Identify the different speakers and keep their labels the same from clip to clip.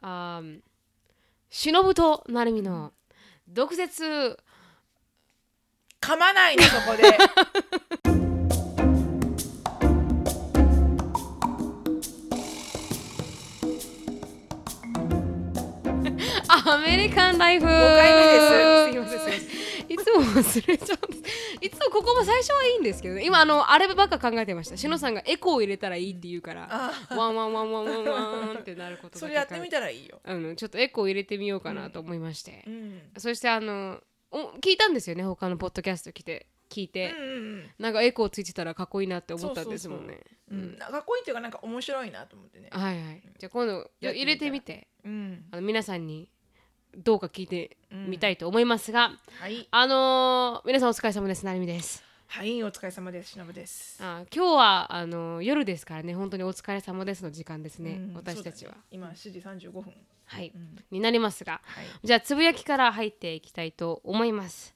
Speaker 1: あー忍と成海の毒舌
Speaker 2: 噛まないねそこで
Speaker 1: アメリカンライフ5
Speaker 2: 5回目ですすいませんすいません
Speaker 1: いつも忘れちゃうんですいつもここも最初はいいんですけどね今あのあればっか考えてましたしのさんがエコーを入れたらいいって言うから
Speaker 2: あ
Speaker 1: ワンワンワンワンワンワンってなることだ
Speaker 2: それ
Speaker 1: け
Speaker 2: やってみたらいいよ、
Speaker 1: うん、ちょっとエコーを入れてみようかなと思いまして
Speaker 2: う、ん、
Speaker 1: そしてあのお聞いたんですよね他のポッドキャスト来て聞いて、
Speaker 2: うんうん
Speaker 1: なんかエコーついてたらかっこいいなって思ったんですもんね
Speaker 2: うんうん、かっこいいっていうかなんか面白いなと思ってね、
Speaker 1: はいはいじゃあ今度
Speaker 2: やってみたい
Speaker 1: 入れてみて
Speaker 2: うん
Speaker 1: あの皆さんにどうか聞いて
Speaker 2: うん
Speaker 1: みたいと思いますが、
Speaker 2: はい
Speaker 1: あのー皆さんお疲れ様ですなるみです
Speaker 2: はいお疲れ様ですしのぶです
Speaker 1: あ今日はあのー夜ですからね本当にお疲れ様ですの時間ですね、
Speaker 2: うん
Speaker 1: 私たちは、
Speaker 2: そうだね今7時35分、
Speaker 1: はい、
Speaker 2: うん
Speaker 1: になりますが
Speaker 2: はい、
Speaker 1: じゃあつぶやきから入っていきたいと思います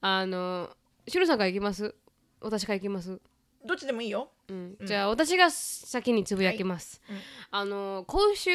Speaker 1: あのーしろさんからいきます私からいきます
Speaker 2: どっちでもいいよ
Speaker 1: うん
Speaker 2: うん
Speaker 1: じゃあ私が先につぶやきます、
Speaker 2: はいうん
Speaker 1: あの今週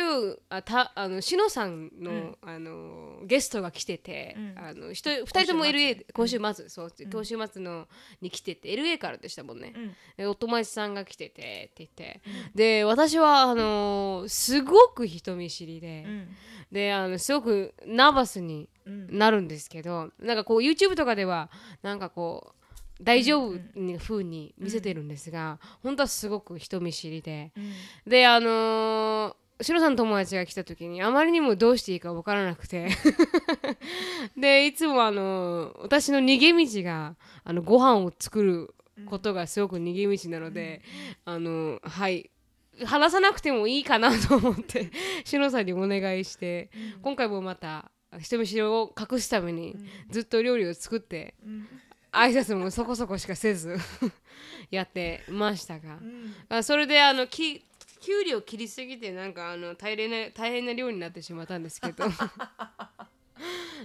Speaker 1: あたあのしのさんの,、
Speaker 2: うん
Speaker 1: あのゲストが来てて、
Speaker 2: うん
Speaker 1: あのひと2人とも
Speaker 2: 今週末
Speaker 1: LA 今週末そう
Speaker 2: うん
Speaker 1: 今週末のに来てて LA からでしたもんね
Speaker 2: う、ん
Speaker 1: でお友達さんが来ててって言ってで私はあのすごく人見知りで、
Speaker 2: うん
Speaker 1: であのすごくナーバスに
Speaker 2: うん
Speaker 1: なるんですけどなんかこう YouTube とかではなんかこう大丈夫に風に見せてるんですが、本当はすごく人見知りで
Speaker 2: うん
Speaker 1: であのー、シロさんの友達が来た時にあまりにもどうしていいか分からなくて でいつもあのー私の逃げ道があのご飯を作ることがすごく逃げ道なので、あのーはい話さなくてもいいかなと思ってシロさんにお願いして今回もまた人見知りを隠すためにずっと料理を作って
Speaker 2: うん
Speaker 1: 挨拶もそこそこしかせずやってましたが
Speaker 2: う。ん
Speaker 1: あそれであのき給料切りすぎてなんかあの大変な大変な量になってしまったんですけど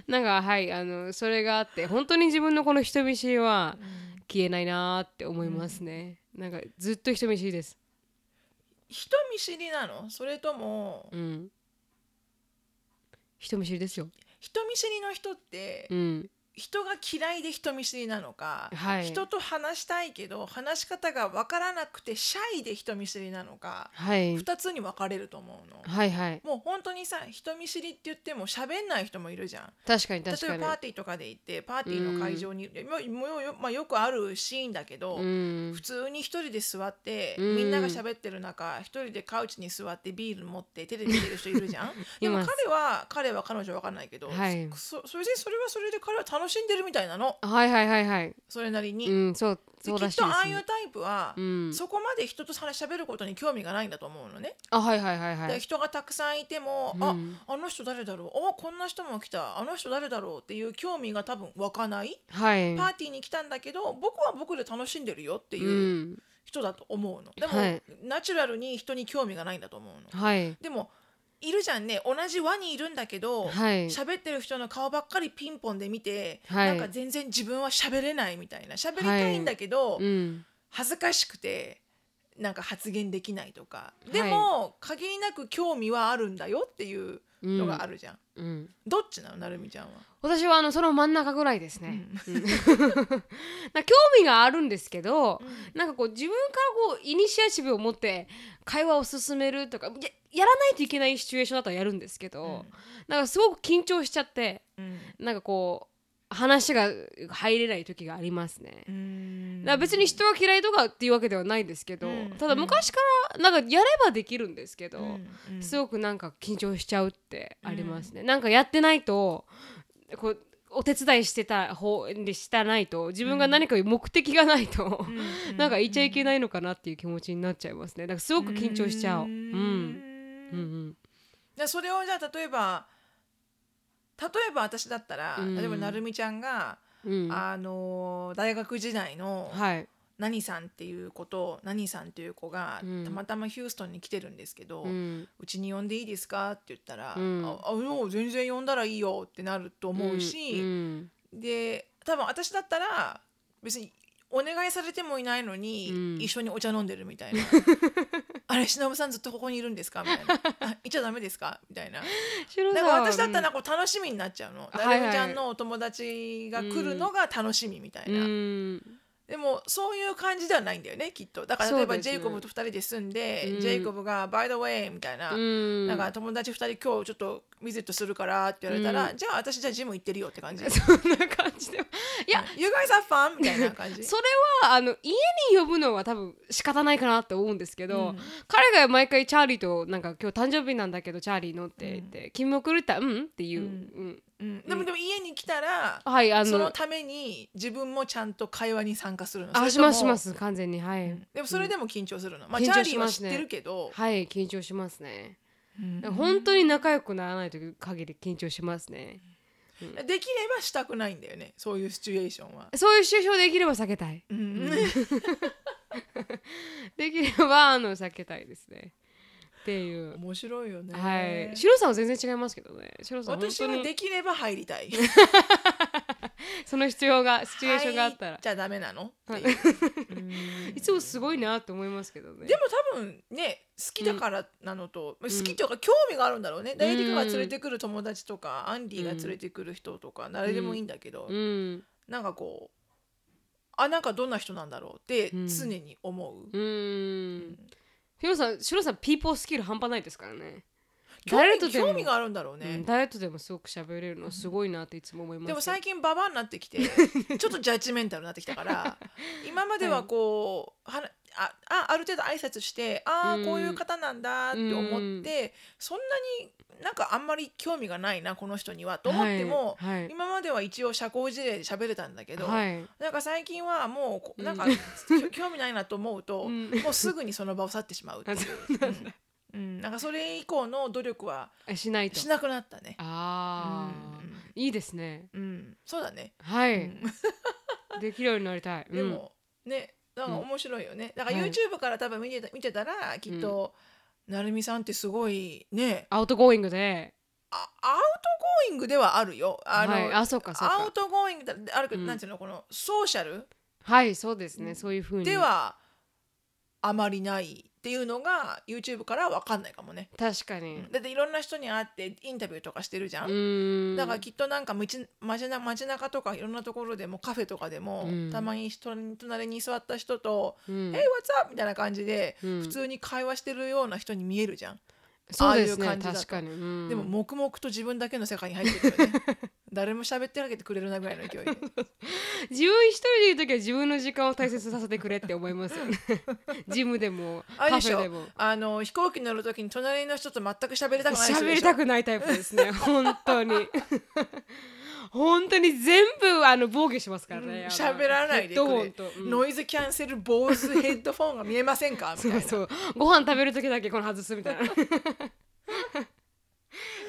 Speaker 1: なんかはいあのそれがあって本当に自分のこの人見知りは消えないなーって思いますね、なんかずっと人見知りです
Speaker 2: 人見知りなのそれとも
Speaker 1: うん人見知りですよ
Speaker 2: 人見知りの人って
Speaker 1: うん
Speaker 2: 人が嫌いで人見知りなのか、
Speaker 1: はい
Speaker 2: 人と話したいけど話し方が分からなくてシャイで人見知りなのか
Speaker 1: はい
Speaker 2: 2つに分かれると思うの。
Speaker 1: はいはい
Speaker 2: もう本当にさ人見知りって言っても喋んない人もいるじゃん
Speaker 1: 確かに
Speaker 2: 例
Speaker 1: 確か
Speaker 2: え
Speaker 1: に
Speaker 2: ばパーティーとかで行ってパーティーの会場に、もうもうよまあ、よくあるシーンだけど、
Speaker 1: うん
Speaker 2: 普通に一人で座って、
Speaker 1: うん
Speaker 2: みんなが喋ってる中一人でカウチに座ってビール持ってテレビ見てる人いるじゃ んでも
Speaker 1: います
Speaker 2: 彼は彼は彼女わかんないけど、
Speaker 1: はい
Speaker 2: そそれでそれはそれで彼は楽しんでるみたいなの
Speaker 1: はいはいはいはい
Speaker 2: それなりに、
Speaker 1: う
Speaker 2: で
Speaker 1: んそうそう
Speaker 2: き
Speaker 1: ら
Speaker 2: っ
Speaker 1: しいで
Speaker 2: とあ
Speaker 1: す
Speaker 2: あいう
Speaker 1: ね
Speaker 2: タイプは、
Speaker 1: うん
Speaker 2: そこまで人と話しゃべることに興味がないんだと思うのね、
Speaker 1: あはいはいはいは
Speaker 2: で
Speaker 1: い
Speaker 2: 人がたくさんいても、
Speaker 1: う
Speaker 2: あ
Speaker 1: ん
Speaker 2: あの人誰だろうあこんな人も来たあの人誰だろうっていう興味が多分湧かない、
Speaker 1: はい
Speaker 2: パーティーに来たんだけど僕は僕で楽しんでるよっていう、
Speaker 1: うん
Speaker 2: 人だと思うのでも、
Speaker 1: はい
Speaker 2: ナチュラルに人に興味がないんだと思うの
Speaker 1: はい
Speaker 2: でもいるじゃんね同じ輪にいるんだけど
Speaker 1: はい
Speaker 2: 喋、ってる人の顔ばっかりピンポンで見て、
Speaker 1: はい
Speaker 2: なんか全然自分は喋れないみたいな喋りたいんだけど、
Speaker 1: うん
Speaker 2: 恥ずかしくてなんか発言できないとかでも、限りなく興味はあるんだよっていうのがあるじゃん、
Speaker 1: うん、
Speaker 2: どっちなのなるみちゃんは、
Speaker 1: 私はあのその真ん中ぐらいですね、
Speaker 2: う
Speaker 1: うんな興味があるんですけど、なんかこう自分からこうイニシアチブを持って会話を進めるとかややらないといけないシチュエーションだったらやるんですけど、なんかすごく緊張しちゃって
Speaker 2: うん
Speaker 1: なんかこう話が入れない時がありますね。
Speaker 2: うん
Speaker 1: だから別に人が嫌いとかっていうわけではないですけど、
Speaker 2: うん
Speaker 1: ただ昔からなんかやればできるんですけど、
Speaker 2: うんうん
Speaker 1: すごくなんか緊張しちゃうってありますね、なんかやってないとこうお手伝いしてた方でしたないと自分が何か目的がないと、
Speaker 2: う
Speaker 1: なんかいちゃいけないのかなっていう気持ちになっちゃいますねだからすごく緊張しちゃうう
Speaker 2: うん
Speaker 1: んうんうん
Speaker 2: でそれをじゃあ例えば例えば私だったら、
Speaker 1: うん
Speaker 2: 例えばなるみちゃんが、
Speaker 1: うんは
Speaker 2: あのー大学時代の
Speaker 1: い
Speaker 2: 何さんっていう子と何さんっていう子が、
Speaker 1: うん
Speaker 2: たまたまヒューストンに来てるんですけど、
Speaker 1: う
Speaker 2: うんちに呼んでいいですかって言ったら、
Speaker 1: うん
Speaker 2: ああもう全然呼んだらいいよってなると思うし、
Speaker 1: うん
Speaker 2: で多分私だったら別にお願いされてもいないのに、
Speaker 1: うん
Speaker 2: 一緒にお茶飲んでる みたいなあれ忍さんずっとここにいるんですかみたいなあいちゃダメですかみたいな
Speaker 1: シロ
Speaker 2: だ
Speaker 1: さん
Speaker 2: から私だった
Speaker 1: な
Speaker 2: らなんかこう楽しみになっちゃうの、
Speaker 1: はい
Speaker 2: なるみちゃんのお友達が来るのが楽しみみたいな、
Speaker 1: うん
Speaker 2: でもそういう感じではないんだよねきっとだから例え
Speaker 1: そう
Speaker 2: ば
Speaker 1: です
Speaker 2: ジ
Speaker 1: ね
Speaker 2: ェイコブと2人で住んで、
Speaker 1: うん
Speaker 2: ジェイコブが「バイドウェイ」みたいな、
Speaker 1: うん
Speaker 2: なんか友達2人今日ちょっとビジットするからって言われたら、
Speaker 1: う
Speaker 2: じゃあ私じゃあジム行ってるよって 感じ
Speaker 1: そんな感じでいや
Speaker 2: 「You guys have fun」みたいな感じ。
Speaker 1: それはあの家に呼ぶのは多分仕方ないかなって思うんですけど、
Speaker 2: うん
Speaker 1: 彼が毎回チャーリーとなんか今日誕生日なんだけどチャーリーのって言って、君も来るって言ったらうんっていう、
Speaker 2: う
Speaker 1: うんん
Speaker 2: うんでもでも家に来たら、
Speaker 1: はいあ
Speaker 2: その
Speaker 1: の
Speaker 2: ために自分もちゃんと会話に参加するの。そ
Speaker 1: あ
Speaker 2: れ
Speaker 1: し
Speaker 2: とも
Speaker 1: ますします完全にはい、
Speaker 2: でもそれでも緊張するの。まあ
Speaker 1: 緊
Speaker 2: チャー
Speaker 1: 張
Speaker 2: リ
Speaker 1: し
Speaker 2: ーは
Speaker 1: ま
Speaker 2: 知
Speaker 1: す
Speaker 2: っ
Speaker 1: ね
Speaker 2: てるけど、
Speaker 1: はい緊張しますね
Speaker 2: うん
Speaker 1: 本当に仲良くならないと限り緊張しますね
Speaker 2: できればしたくないんだよね。そういうシチュエーションは。
Speaker 1: そういう収集できれば避けたい
Speaker 2: うん
Speaker 1: できればあの避けたいですねっていう
Speaker 2: 面白いよね。
Speaker 1: はいシロさんは全然違いますけどねシロさん本
Speaker 2: 私
Speaker 1: 当
Speaker 2: は
Speaker 1: に
Speaker 2: できれば入りたい。シチ
Speaker 1: その必要がシチュエーションがあったら、
Speaker 2: じゃあダメなのっていううん
Speaker 1: い、つもすごいなと思いますけどね
Speaker 2: でも多分ね好きだからなのと、まあ好きというか興味があるんだろうね、ダイリカが連れてくる友達とかアンディが連れてくる人とか誰でもいいんだけど、
Speaker 1: うん
Speaker 2: なんかこうあなんかどんな人なんだろうって
Speaker 1: うん
Speaker 2: 常に思う、
Speaker 1: う
Speaker 2: うん
Speaker 1: んヒロさんシロさんピーポースキル半端ないですからね
Speaker 2: 興
Speaker 1: 誰
Speaker 2: 味
Speaker 1: とでも
Speaker 2: 興味があるんだろう
Speaker 1: うん
Speaker 2: ね、
Speaker 1: 誰とでもすごく喋れるのすごいなっていつも思います
Speaker 2: でも最
Speaker 1: 近
Speaker 2: 近ババアになってきて ちょっとジャッジメンタルになってきたから今まではこう、はなああある程度挨拶してああ、
Speaker 1: うん
Speaker 2: こういう方なんだって思って、
Speaker 1: うん
Speaker 2: そんなになんかあんまり興味がないなこの人にはと思っても、
Speaker 1: はいはい
Speaker 2: 今までは一応社交辞令で喋れたんだけど、
Speaker 1: はい
Speaker 2: なんか最近はもうこ
Speaker 1: うん
Speaker 2: なん か、きょ興味ないなと思うと、
Speaker 1: うん
Speaker 2: もうすぐにその場を去ってしまうっていう。うん、なんかそれ以降の努力は
Speaker 1: えしないと
Speaker 2: しなくなったね。
Speaker 1: ああ、いいですね
Speaker 2: うん、うん、そうだね。
Speaker 1: はい、
Speaker 2: うん
Speaker 1: できるようになりたい
Speaker 2: でも、ねなんか面白いよねだから
Speaker 1: はい
Speaker 2: YouTube から多分見てた見てたらきっと、なるみさんってすごいね
Speaker 1: アウトゴーイングで
Speaker 2: あアウトゴーイングではあるよあの、
Speaker 1: はい、あそうかそう
Speaker 2: アウ
Speaker 1: か
Speaker 2: トゴーイングだあるけど、
Speaker 1: うん
Speaker 2: なんていうのこのソーシャル
Speaker 1: はいそうですねそういうふうに
Speaker 2: ではあまりないっていうのが YouTube からは分かんないかもね、
Speaker 1: 確か
Speaker 2: う
Speaker 1: に
Speaker 2: んだっていろんな人に会ってインタビューとかしてるじゃ、
Speaker 1: うんーん
Speaker 2: だからきっとなんか道街な街中とかいろんなところでもカフェとかでも、
Speaker 1: うん
Speaker 2: たまに人に隣に座った人と
Speaker 1: うん
Speaker 2: 「Hey, what's up?」みたいな感じで
Speaker 1: うん
Speaker 2: 普通に会話してるような人に見えるじゃん、
Speaker 1: そうです
Speaker 2: ああい
Speaker 1: ね
Speaker 2: う感じだと
Speaker 1: 確かに、うん
Speaker 2: でも黙々と自分だけの世界に入ってくるよ ね誰も喋ってあげてくれるなぐらいの勢いで
Speaker 1: 自分一人でいる時は自分の時間を大切にさせてくれって思いますよ ねジムでも
Speaker 2: あれ
Speaker 1: カフ
Speaker 2: でしょ
Speaker 1: ェでも
Speaker 2: あの飛行機乗る時に隣の人と全く喋りたくない人
Speaker 1: 喋
Speaker 2: で
Speaker 1: り
Speaker 2: しょ
Speaker 1: たくないタイプですね本当 に本当に全部あの防御しますから
Speaker 2: うん
Speaker 1: ねあの
Speaker 2: 喋らない
Speaker 1: ヘッ
Speaker 2: でく
Speaker 1: ドホン
Speaker 2: れ
Speaker 1: と、うん
Speaker 2: ノイズキャンセル坊主ヘッドフォンが見えませんかみたい
Speaker 1: そ
Speaker 2: な
Speaker 1: うそうご飯食べる時だけこの外すみたい な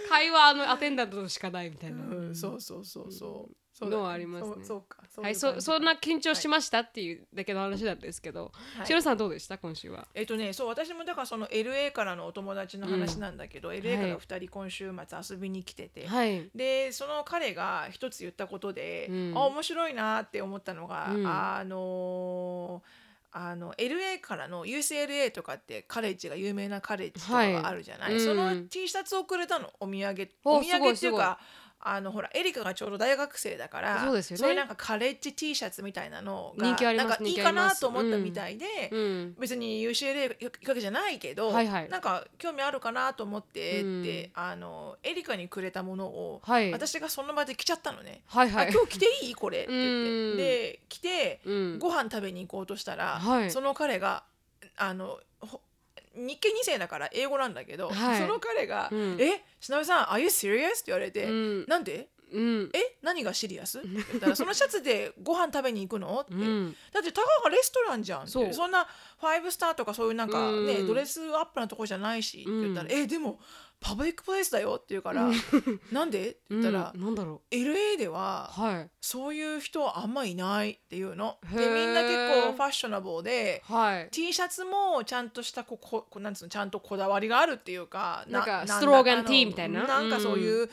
Speaker 1: 会話あのアテンダントとしかないみたいな、
Speaker 2: うんそうそうそうそうそうだね
Speaker 1: のはありますね
Speaker 2: そうそうかそう
Speaker 1: はい、
Speaker 2: う感
Speaker 1: そ
Speaker 2: じ
Speaker 1: そんな緊張しましたっていうだけの話なんですけど、
Speaker 2: はい
Speaker 1: シロさんどうでした今週は
Speaker 2: えっとね、そう私もだからその LA からのお友達の話なんだけど、LA から2人今週末遊びに来てて、
Speaker 1: はい
Speaker 2: でその彼が一つ言ったことで、
Speaker 1: うん
Speaker 2: あ面白いなって思ったのが、
Speaker 1: うん
Speaker 2: あのあの LA からの UCLA とかってカレッジが有名なカレッジとかがあるじゃな
Speaker 1: は
Speaker 2: い、
Speaker 1: いうん
Speaker 2: その T シャツをくれたのお土産
Speaker 1: お
Speaker 2: お土産ってい
Speaker 1: す
Speaker 2: う
Speaker 1: ごいすごい
Speaker 2: かあのほらエリカがちょうど大学生だから
Speaker 1: そうですよね
Speaker 2: れなんかカレッジ T シャツみたいなのが
Speaker 1: 人気あります
Speaker 2: なんかいい
Speaker 1: 人気
Speaker 2: か
Speaker 1: ありま
Speaker 2: な
Speaker 1: す
Speaker 2: と思ったみたいで、
Speaker 1: うん
Speaker 2: 別に UCLA 行くわけじゃないけど、
Speaker 1: はいはい
Speaker 2: なんか興味あるかなと思ってって、
Speaker 1: うん
Speaker 2: あのエリカにくれたものを、
Speaker 1: はい
Speaker 2: 私がその場で来ちゃったのね、
Speaker 1: はいはい
Speaker 2: あ今日来ていいこれって言っ
Speaker 1: うん
Speaker 2: てで来て
Speaker 1: うん
Speaker 2: ご飯食べに行こうとしたら、
Speaker 1: はい
Speaker 2: その彼があのほ日系2世だから英語なんだけど、
Speaker 1: はい
Speaker 2: その彼が「
Speaker 1: うん
Speaker 2: えしなべさん Are you serious?」って言われて
Speaker 1: う
Speaker 2: 「
Speaker 1: ん
Speaker 2: なんで
Speaker 1: うん
Speaker 2: え何がシリアス?」って言ったら「そのシャツでご飯食べに行くの?」って。
Speaker 1: うん
Speaker 2: だってたかがレストランじゃんって
Speaker 1: そう
Speaker 2: そんなファイブスターとかそういうなんかね、
Speaker 1: うん
Speaker 2: ドレスアップなとこじゃないし、って言ったら「
Speaker 1: う
Speaker 2: えでもパブリックプレイスだよ」って言うから「
Speaker 1: うん
Speaker 2: なんで?」って言ったら、
Speaker 1: うん、なんだろ
Speaker 2: LA で
Speaker 1: う
Speaker 2: は
Speaker 1: はい
Speaker 2: そういう人あんまいないっていうの。で
Speaker 1: へー
Speaker 2: みんな結構ファッショナブルで
Speaker 1: はい
Speaker 2: T シャツもちゃんとしたこここなんつうのちゃんとこだわりがあるっていうか
Speaker 1: なんかスローガン T みたいな
Speaker 2: なんかそういう、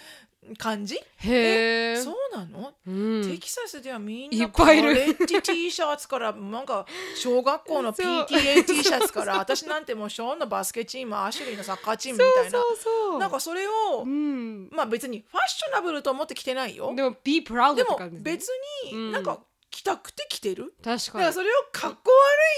Speaker 2: 感じ
Speaker 1: へえ。
Speaker 2: そうなの、
Speaker 1: うん
Speaker 2: テキサスではみん
Speaker 1: い
Speaker 2: な
Speaker 1: っぱいいる
Speaker 2: コレッジ T シャツからなんか小学校 の
Speaker 1: そう
Speaker 2: PTA T シャツから私なんてもうショーンのバスケチームアシュリーのサッカーチームみたいな
Speaker 1: そうそう
Speaker 2: なんかそれを、
Speaker 1: うん
Speaker 2: まあ別にファッショナブルと思って着てないよ
Speaker 1: でも be proud
Speaker 2: で
Speaker 1: と
Speaker 2: も
Speaker 1: かね
Speaker 2: 別
Speaker 1: うん
Speaker 2: になんか着たくて着てる、
Speaker 1: 確
Speaker 2: だか
Speaker 1: から
Speaker 2: それをかっこ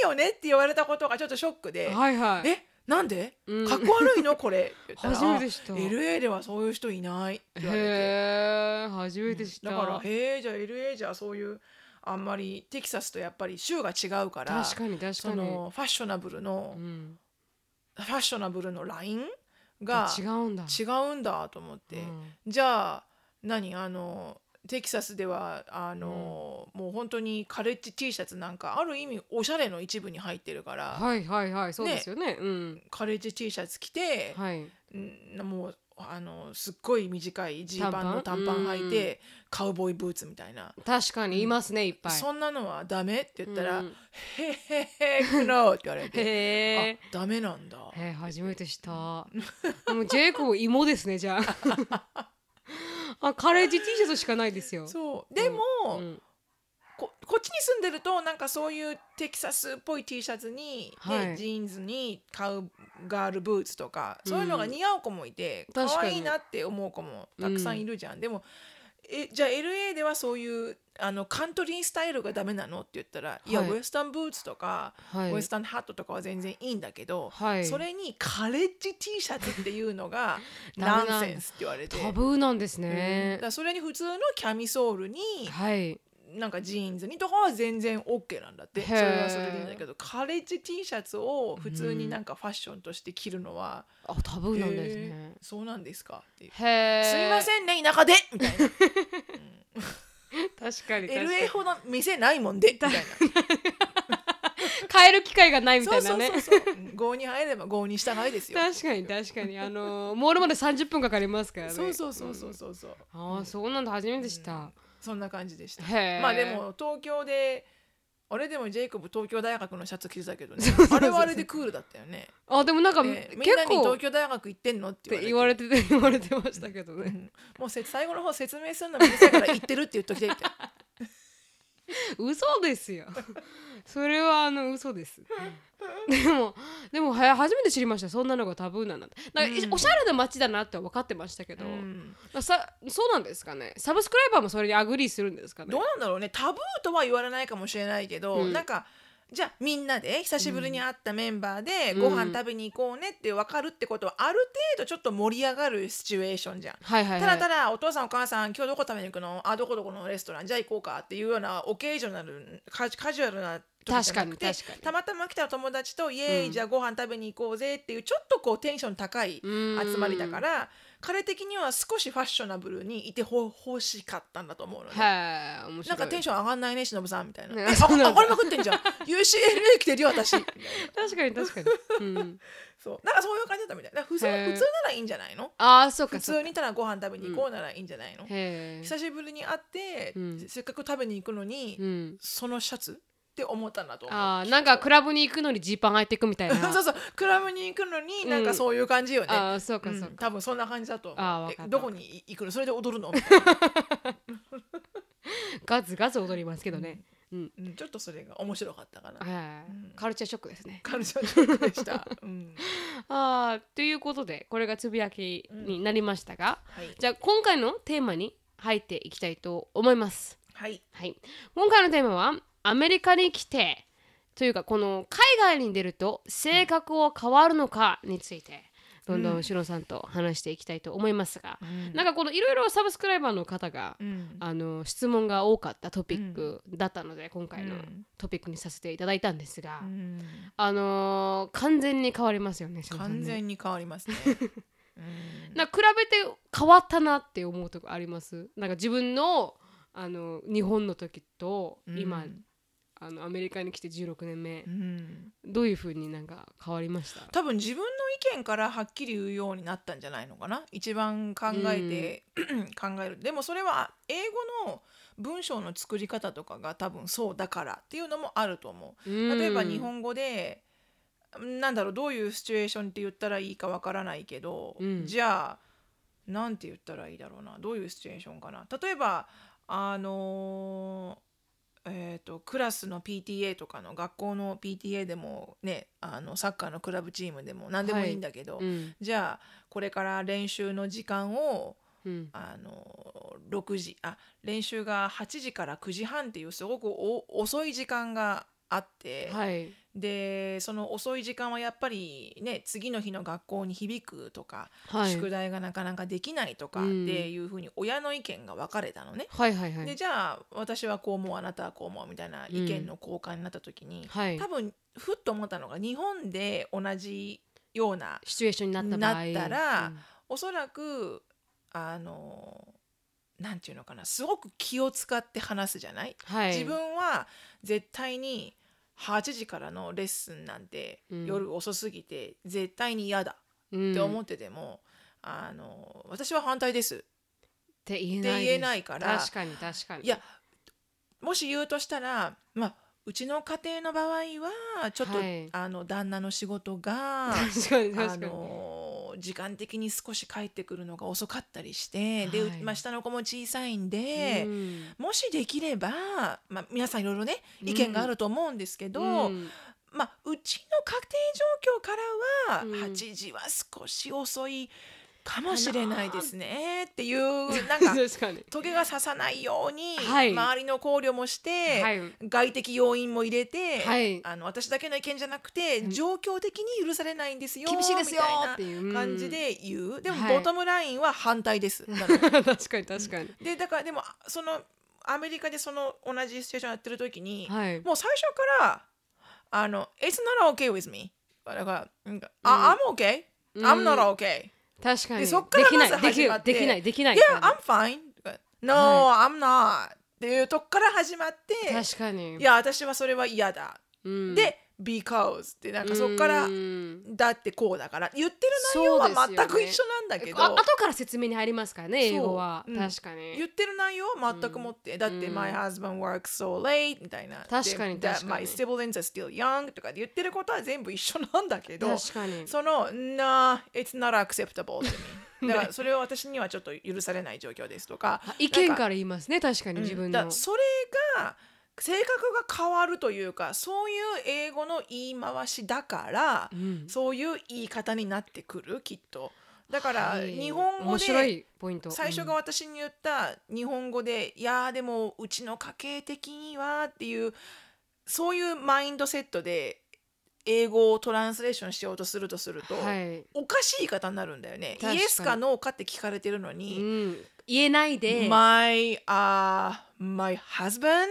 Speaker 2: 悪いよねって言われたことがちょっとショックで
Speaker 1: にはいは
Speaker 2: 「
Speaker 1: い
Speaker 2: えなんで
Speaker 1: うん
Speaker 2: かっこ悪いの これ」って言ったら
Speaker 1: 初めて知った
Speaker 2: あ LA ではそういう人いない」って言われて。
Speaker 1: へえ初めて知った
Speaker 2: だからへえじゃあ LA じゃそういうあんまりテキサスとやっぱり州が違うから
Speaker 1: 確かに確か
Speaker 2: そ
Speaker 1: に
Speaker 2: のファッショナブルの、
Speaker 1: うん
Speaker 2: ファッショナブルのラインが
Speaker 1: 違うんだ
Speaker 2: 違うんだと思って、
Speaker 1: うん
Speaker 2: じゃあ何あのテキサスではあの、もう本当にカレッジ T シャツなんかある意味おしゃれの一部に入ってるから、
Speaker 1: はいはいはいそうですよねうん
Speaker 2: カレッジ T シャツ着て、
Speaker 1: はい
Speaker 2: んもうあのすっごい短いジーパンの
Speaker 1: 短
Speaker 2: 短
Speaker 1: パ
Speaker 2: パ
Speaker 1: ン
Speaker 2: ン履いてカウボーイブーツみたいな。
Speaker 1: 確かにいますねいっぱい
Speaker 2: そんなのはダメって言ったら「
Speaker 1: うん
Speaker 2: へへへくの」って言われて「
Speaker 1: へ
Speaker 2: あ
Speaker 1: え
Speaker 2: ダメなんだ」
Speaker 1: へえ初めて知ったもうジェイコブ芋ですねじゃ ああカレッジ T シャツしかないですよ
Speaker 2: そうでも、
Speaker 1: うん
Speaker 2: ここっちに住んでるとなんかそういうテキサスっぽい T シャツに、ね
Speaker 1: はい
Speaker 2: ジーンズにカウガールブーツとかそういうのが似合う子もいて、
Speaker 1: 確かに
Speaker 2: 可愛いなって思う子もたくさんいるじゃん、でもえじゃあ LA ではそういうあのカントリースタイルがダメなのって言ったら、い、や
Speaker 1: はい
Speaker 2: ウエスタンブーツとか、
Speaker 1: はい
Speaker 2: ウエスタンハットとかは全然いいんだけど、
Speaker 1: はい
Speaker 2: それにカレッジ T シャツっていうのが
Speaker 1: ダ
Speaker 2: ナ
Speaker 1: メなんだ
Speaker 2: ンセンスって言われて。
Speaker 1: タブーなんです
Speaker 2: うんだ
Speaker 1: ね
Speaker 2: か。らそれに普通のキャミソールに
Speaker 1: はい。
Speaker 2: なんかジーンズにとかは全然 OK なんだって
Speaker 1: へー
Speaker 2: それはそれでいいんだけどカレッジ T シャツを普通になんかファッションとして着るのは、
Speaker 1: あ、タブーなんですね
Speaker 2: へー。そうなんですかっていう、
Speaker 1: へえ。
Speaker 2: すいませんね田舎でみたいな
Speaker 1: ん。確か に。
Speaker 2: LA ほど店ないもんでみたいな
Speaker 1: 変える機会がないみた
Speaker 2: そう
Speaker 1: いな
Speaker 2: そう
Speaker 1: ね
Speaker 2: そ。うそううん郷に入れば郷に従いですよ
Speaker 1: 確かに確かにあのーモールまで30分かかりますからね。
Speaker 2: そうそうそうそうそうそう
Speaker 1: ああそうなんだ初めて知った。
Speaker 2: そんな感じでした
Speaker 1: へえ。
Speaker 2: まあでも東京であれでもジェイコブ東京大学のシャツ着てたけどねあれはあれでクールだったよね。
Speaker 1: あでもなんか
Speaker 2: で
Speaker 1: 結
Speaker 2: みんなに
Speaker 1: 構っ
Speaker 2: 東京大学行ってんのって
Speaker 1: て
Speaker 2: 言
Speaker 1: 言
Speaker 2: わ
Speaker 1: わ
Speaker 2: れて
Speaker 1: れてて言われてましたけどね。
Speaker 2: もうせ最後の方説明するのもうるさいから行ってるって言っとき たいって
Speaker 1: 嘘ですよ それはあの嘘ですでもでもは初めて知りましたそんなのがタブーなんだってなんか、
Speaker 2: うん
Speaker 1: おしゃれな街だなっては分かってましたけど、
Speaker 2: うん
Speaker 1: まあさそうなんですかねサブスクライバーもそれにアグリーするんですかね
Speaker 2: どうなんだろうねタブーとは言われないかもしれないけど、
Speaker 1: うん
Speaker 2: なんかじゃあみんなで久しぶりに会ったメンバーで
Speaker 1: うん
Speaker 2: ご飯食べに行こうねって分かるってことはある程度ちょっと盛り上がるシチュエーションじゃん。
Speaker 1: はいはいはい
Speaker 2: ただただお父さんお母さん今日どこ食べに行くのあどこどこのレストランじゃあ行こうかっていうようなオケーショナルカジカジュアルな時じゃなく
Speaker 1: 確
Speaker 2: て
Speaker 1: かに確かに
Speaker 2: たまたま来た友達とイエーイ、じゃあご飯食べに行こうぜっていうちょっとこうテンション高い集まりだから彼的には少しファッショナブルにいてほ欲しかったんだと思うのね。
Speaker 1: はい面白い
Speaker 2: なんかテンション上がんないね、しのぶさんみたいな。
Speaker 1: ね
Speaker 2: えあ
Speaker 1: そうなんだ
Speaker 2: 上がりまくってんじゃん。UCLA 来てるよ、私。みたいな
Speaker 1: 確かに確かに、 うん、
Speaker 2: そう、なんかそういう感じだったみたいな。普通、
Speaker 1: へー
Speaker 2: 普通ならいいんじゃないの。
Speaker 1: ああそう
Speaker 2: 普
Speaker 1: かそう
Speaker 2: 通
Speaker 1: か
Speaker 2: にただご飯食べに行こうならいいんじゃないの。
Speaker 1: へえ
Speaker 2: 久しぶりに会って、
Speaker 1: うん
Speaker 2: せっかく食べに行くのに、
Speaker 1: うん
Speaker 2: そのシャツって思ったんだと思う。
Speaker 1: あーなんかクラブに行くのにジーパン履いていくみたいな
Speaker 2: そうそう、クラブに行くのに、なんかそういう感じよね。
Speaker 1: ああそうか
Speaker 2: う
Speaker 1: そうんか、
Speaker 2: 多分そんな感じだと思う
Speaker 1: あーわかった
Speaker 2: えどこに行くのそれで踊るのみたいな
Speaker 1: ガツガツ踊りますけどね、うん
Speaker 2: うんちょっとそれが面白かったかな
Speaker 1: はいカルチャーショックですね
Speaker 2: 彼女ショックでした、 うん
Speaker 1: あーということでこれがつぶやきになりましたが、
Speaker 2: はい
Speaker 1: じゃあ今回のテーマに入っていきたいと思います。
Speaker 2: はい
Speaker 1: はい、今回のテーマはアメリカに来てというかこの海外に出ると性格は変わるのかについてどんどん後ろさんと話していきたいと思いますが、なんかこのいろいろサブスクライバーの方が、
Speaker 2: うん
Speaker 1: あの質問が多かったトピックだったので、今回の
Speaker 2: うん
Speaker 1: トピックにさせていただいたんですが、
Speaker 2: うん
Speaker 1: あのー完全に変わりますよね。篠さんね
Speaker 2: 完全に変わりますね、 うん
Speaker 1: なんか比べて変わったなって思うとこありますなんか自分のあの日本の時と今、
Speaker 2: うん
Speaker 1: あのアメリカに来て16年目
Speaker 2: う、ん
Speaker 1: どういう風になんか変わりました
Speaker 2: 多分自分の意見からはっきり言うようになったんじゃないのかな一番考えて、 考えるでもそれは英語の文章の作り方とかが多分そうだからっていうのもあると思う例えば日本語で、なんだろうどういうシチュエーションって言ったらいいかわからないけど、
Speaker 1: うん
Speaker 2: じゃあなんて言ったらいいだろうなどういうシチュエーションかな例えばあのーえー、とクラスの PTA とかの学校の PTA でもねあのサッカーのクラブチームでも何でもいいんだけど、
Speaker 1: うん
Speaker 2: じゃあこれから練習の時間を
Speaker 1: うん
Speaker 2: あの6時あ練習が8時から9時半っていうすごくお遅い時間があって、
Speaker 1: はい
Speaker 2: でその遅い時間はやっぱりね次の日の学校に響くとか、
Speaker 1: はい
Speaker 2: 宿題がなかなかできないとかっ
Speaker 1: う
Speaker 2: て
Speaker 1: ん
Speaker 2: いうふうに親の意見が分かれたのね。
Speaker 1: はいはいは
Speaker 2: で
Speaker 1: い
Speaker 2: じゃあ私はこう思うあなたはこう思うみたいな意見の交換になった時に、
Speaker 1: はい
Speaker 2: 多分ふっと思ったのが日本で同じような
Speaker 1: シチュエーションになった場合
Speaker 2: なったらおそらくあのなんていうのかなすごく気を使って話すじゃない、
Speaker 1: はい
Speaker 2: 自分は絶対に8時からのレッスンなんて、
Speaker 1: うん
Speaker 2: 夜遅すぎて絶対に嫌だ
Speaker 1: 分
Speaker 2: って思
Speaker 1: っ
Speaker 2: ってても、あの私は反対ですっ
Speaker 1: て
Speaker 2: て
Speaker 1: 言えない
Speaker 2: 言えないから
Speaker 1: 確かに確かに
Speaker 2: いやもし言うとしたらまあうちの家庭の場合はちょっと、
Speaker 1: はい
Speaker 2: あの旦那の仕事が
Speaker 1: 確かに確
Speaker 2: あ
Speaker 1: かに
Speaker 2: の時間的に少し帰ってくるのが遅かったりして、で
Speaker 1: は、い
Speaker 2: まあ、下の子も小さいん
Speaker 1: う
Speaker 2: で、
Speaker 1: ん
Speaker 2: もしできれば、まあ、皆さんいろいろね意見があると思うんですけど、
Speaker 1: うん
Speaker 2: まあ、うちの家庭状況からは、
Speaker 1: うん
Speaker 2: 8時は少し遅いかもしれないですねっていうなんか
Speaker 1: 確かに
Speaker 2: トゲが刺さないように、
Speaker 1: はい
Speaker 2: 周りの考慮もして、
Speaker 1: はい
Speaker 2: 外的要因も入れて、
Speaker 1: はい
Speaker 2: あの私だけの意見じゃなくて、
Speaker 1: うん
Speaker 2: 状況的に許されないんですよ
Speaker 1: 厳しいですよって
Speaker 2: み
Speaker 1: いう
Speaker 2: た
Speaker 1: う
Speaker 2: い
Speaker 1: ん
Speaker 2: な感じで言う、でも、
Speaker 1: はい
Speaker 2: ボトムラインは反対ですなの
Speaker 1: 確かに確かに
Speaker 2: でだからでもあそのアメリカでその同じシチュエーションやってる時に、
Speaker 1: はい
Speaker 2: もう最初から「あの It's not okay with me」だから「なんかあ I'm okay」
Speaker 1: うん
Speaker 2: I'm not okay」
Speaker 1: 確かに
Speaker 2: でそっから
Speaker 1: できない
Speaker 2: まず始まって
Speaker 1: できないできないできな
Speaker 2: Yeah
Speaker 1: い
Speaker 2: I'm fine」No、I'm not」っていうとこから始まって
Speaker 1: 確かに
Speaker 2: いや私はそれは嫌だ
Speaker 1: うん
Speaker 2: で「because」ってなんかそこから
Speaker 1: うん
Speaker 2: だってこうだから言ってる内容は全く一緒なんだけど、
Speaker 1: あ後から説明に入りますからね
Speaker 2: そう
Speaker 1: 英語は、
Speaker 2: うん
Speaker 1: 確かに
Speaker 2: 言ってる内容は全くもって、だって、
Speaker 1: うん
Speaker 2: My husband works so late みたいな
Speaker 1: 確かに
Speaker 2: で
Speaker 1: 確か
Speaker 2: My
Speaker 1: に
Speaker 2: siblings are still young とかで言ってることは全部一緒なんだけど
Speaker 1: 確かに
Speaker 2: その No it's not acceptable to me だからそれは私にはちょっと許されない状況ですとか
Speaker 1: あ意見
Speaker 2: なん
Speaker 1: から言いますね確かに自分の、
Speaker 2: だそれが性格が変わるというかそういう英語の言い回しだから、
Speaker 1: うん
Speaker 2: そういう言い方になってくるきっとだから
Speaker 1: はい
Speaker 2: 日本語
Speaker 1: 面白
Speaker 2: で
Speaker 1: いポイント
Speaker 2: 最初が私に言った日本語で「いやーでもうちの家計的には」っていうそういうマインドセットで英語をトランスレーションしようとするとすると、
Speaker 1: うんはい、
Speaker 2: おかしい言い方になるんだよね。
Speaker 1: 確か
Speaker 2: イ
Speaker 1: に
Speaker 2: エスかノーかって聞かれてるの
Speaker 1: う
Speaker 2: に、
Speaker 1: ん、言えないで、
Speaker 2: My, uh, my husband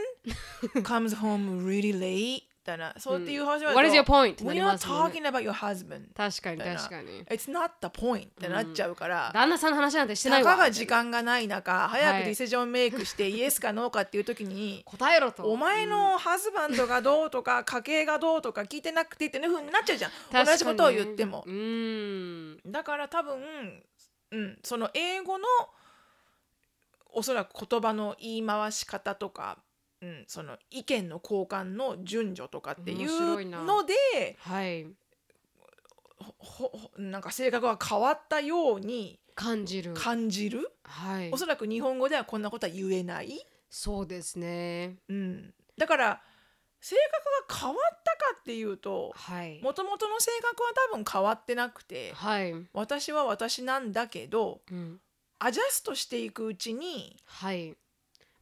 Speaker 2: comes home really late みたいな、そうっていう話は
Speaker 1: What is your point? なり
Speaker 2: We're
Speaker 1: ま
Speaker 2: not
Speaker 1: すもんね
Speaker 2: talking about your husband.
Speaker 1: 確かに
Speaker 2: みたいな
Speaker 1: 確かに
Speaker 2: It's not the point ってなっちゃうから、
Speaker 1: 旦那さんの話なんてしてな
Speaker 2: た
Speaker 1: いわ
Speaker 2: かが時間がない中、
Speaker 1: は
Speaker 2: 早
Speaker 1: い、
Speaker 2: くディセジョンメイクして、イエスかノーかっていう時に
Speaker 1: 答えろと
Speaker 2: お前のハズバンドがどうとか、家計がどうとか聞いてなくてっていうふうになっちゃうじゃん。同じことを言っても
Speaker 1: う。ん
Speaker 2: だから多分、うん、その英語のおそらく言葉の言い回し方とか、うん、その意見の交換の順序とかってい
Speaker 1: 面白いうな
Speaker 2: ので
Speaker 1: はい
Speaker 2: ほほなんか性格が変わったように
Speaker 1: 感じる
Speaker 2: 感じる、
Speaker 1: はい
Speaker 2: おそらく日本語ではこんなことは言えない、
Speaker 1: そうですね
Speaker 2: うん、だから性格が変わったかっていうと
Speaker 1: はい
Speaker 2: もともとの性格は多分変わってなくて
Speaker 1: はい、う
Speaker 2: 私は私なんだけど
Speaker 1: ん、
Speaker 2: アジャストしていくうちに
Speaker 1: はい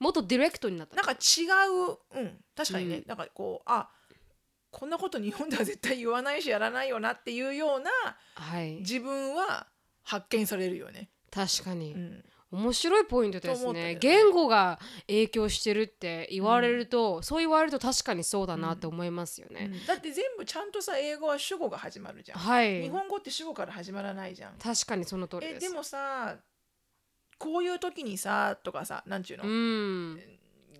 Speaker 1: もっとディレクトになった
Speaker 2: なんか違う、うん、確かにね、
Speaker 1: うん
Speaker 2: なんかこうあこんなこと日本では絶対言わないしやらないよなっていうような
Speaker 1: はい
Speaker 2: 自分は発見されるよね。
Speaker 1: 確かに、
Speaker 2: うん、
Speaker 1: 面白いポイントです
Speaker 2: と思
Speaker 1: ね
Speaker 2: ったよね
Speaker 1: 言語が影響してるって言われると、そう言われると確かにそうだなって思いますよね、
Speaker 2: だって全部ちゃんとさ英語は主語が始まるじゃん。
Speaker 1: はい
Speaker 2: 日本語って主語から始まらないじゃん。
Speaker 1: 確かにその通り
Speaker 2: え
Speaker 1: です
Speaker 2: でもさこういう時にさとかさなんちゅうの、
Speaker 1: うん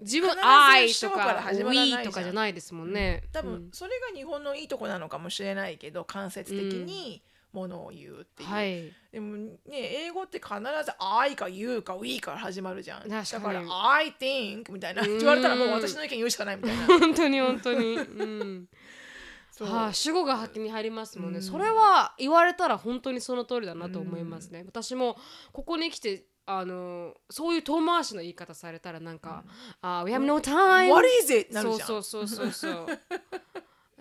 Speaker 1: 自分
Speaker 2: 必ず
Speaker 1: I
Speaker 2: 主
Speaker 1: と
Speaker 2: 語から
Speaker 1: か
Speaker 2: 始まらないじゃん
Speaker 1: We とかじゃないですもんね、
Speaker 2: 多
Speaker 1: う
Speaker 2: 分
Speaker 1: ん
Speaker 2: それが日本のいいとこなのかもしれないけど間接的にものを言うっていう。
Speaker 1: はい
Speaker 2: でもね英語って必ず「I」か「You」か「We」から始まるじゃん
Speaker 1: 確かに
Speaker 2: だから「I think」みたいな
Speaker 1: うん
Speaker 2: 言われたらもう私の意見言うしかないみたいな
Speaker 1: 本当に本当に、うん、
Speaker 2: そう
Speaker 1: はい、主語が先に入りますもんね、
Speaker 2: うん
Speaker 1: それは言われたら本当にその通りだなと思いますね、私もここに来てあのそういう遠回しの言い方されたらなんか「あ、We have no time」
Speaker 2: What is it? なる
Speaker 1: そう
Speaker 2: じゃん。
Speaker 1: そうそうそうそう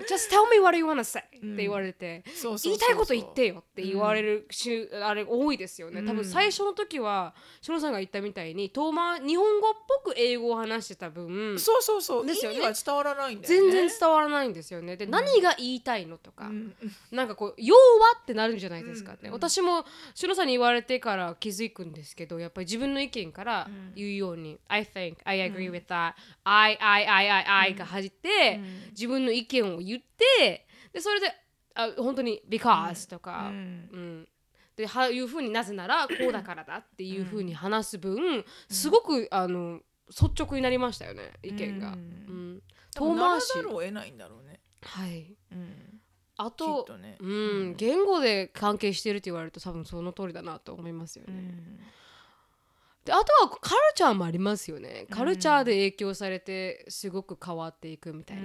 Speaker 1: Just tell me what you wanna say、って言われて
Speaker 2: そうそうそうそう
Speaker 1: 言いたいこと言ってよって言われるし、あれ多いですよね、多分最初の時はしのさんが言ったみたいに遠回日本語っぽく英語を話してた分
Speaker 2: そうそうそう。
Speaker 1: ですよね
Speaker 2: 意味が伝わらないんだよね。
Speaker 1: 全然伝わらないんですよねで、何が言いたいのとか、
Speaker 2: うん
Speaker 1: なんかこう「要は?」ってなるんじゃないですかね、
Speaker 2: うんうん
Speaker 1: 私もしのさんに言われてから気づくんですけどやっぱり自分の意見から言うように「I think I agree with that、I I I I I」が入って、
Speaker 2: うん
Speaker 1: 自分の意見を言ってでそれであ本当に「because」と
Speaker 2: う
Speaker 1: か、
Speaker 2: ん
Speaker 1: うん、ではいうふうになぜならこうだからだっていうふうに話す分すごくあの率直になりましたよね意見が。う
Speaker 2: う
Speaker 1: んん
Speaker 2: 多分
Speaker 1: 遠
Speaker 2: なら
Speaker 1: 回し
Speaker 2: ざるを得ないんだろうね。
Speaker 1: はい
Speaker 2: うん
Speaker 1: あ
Speaker 2: きっ
Speaker 1: と
Speaker 2: とね。
Speaker 1: うん、言語で関係してるって言われると多分その通りだなと思いますよね。
Speaker 2: うん
Speaker 1: であとはカルチャーもありますよね。カルチャーで影響されてすごく変わっていくみたいな。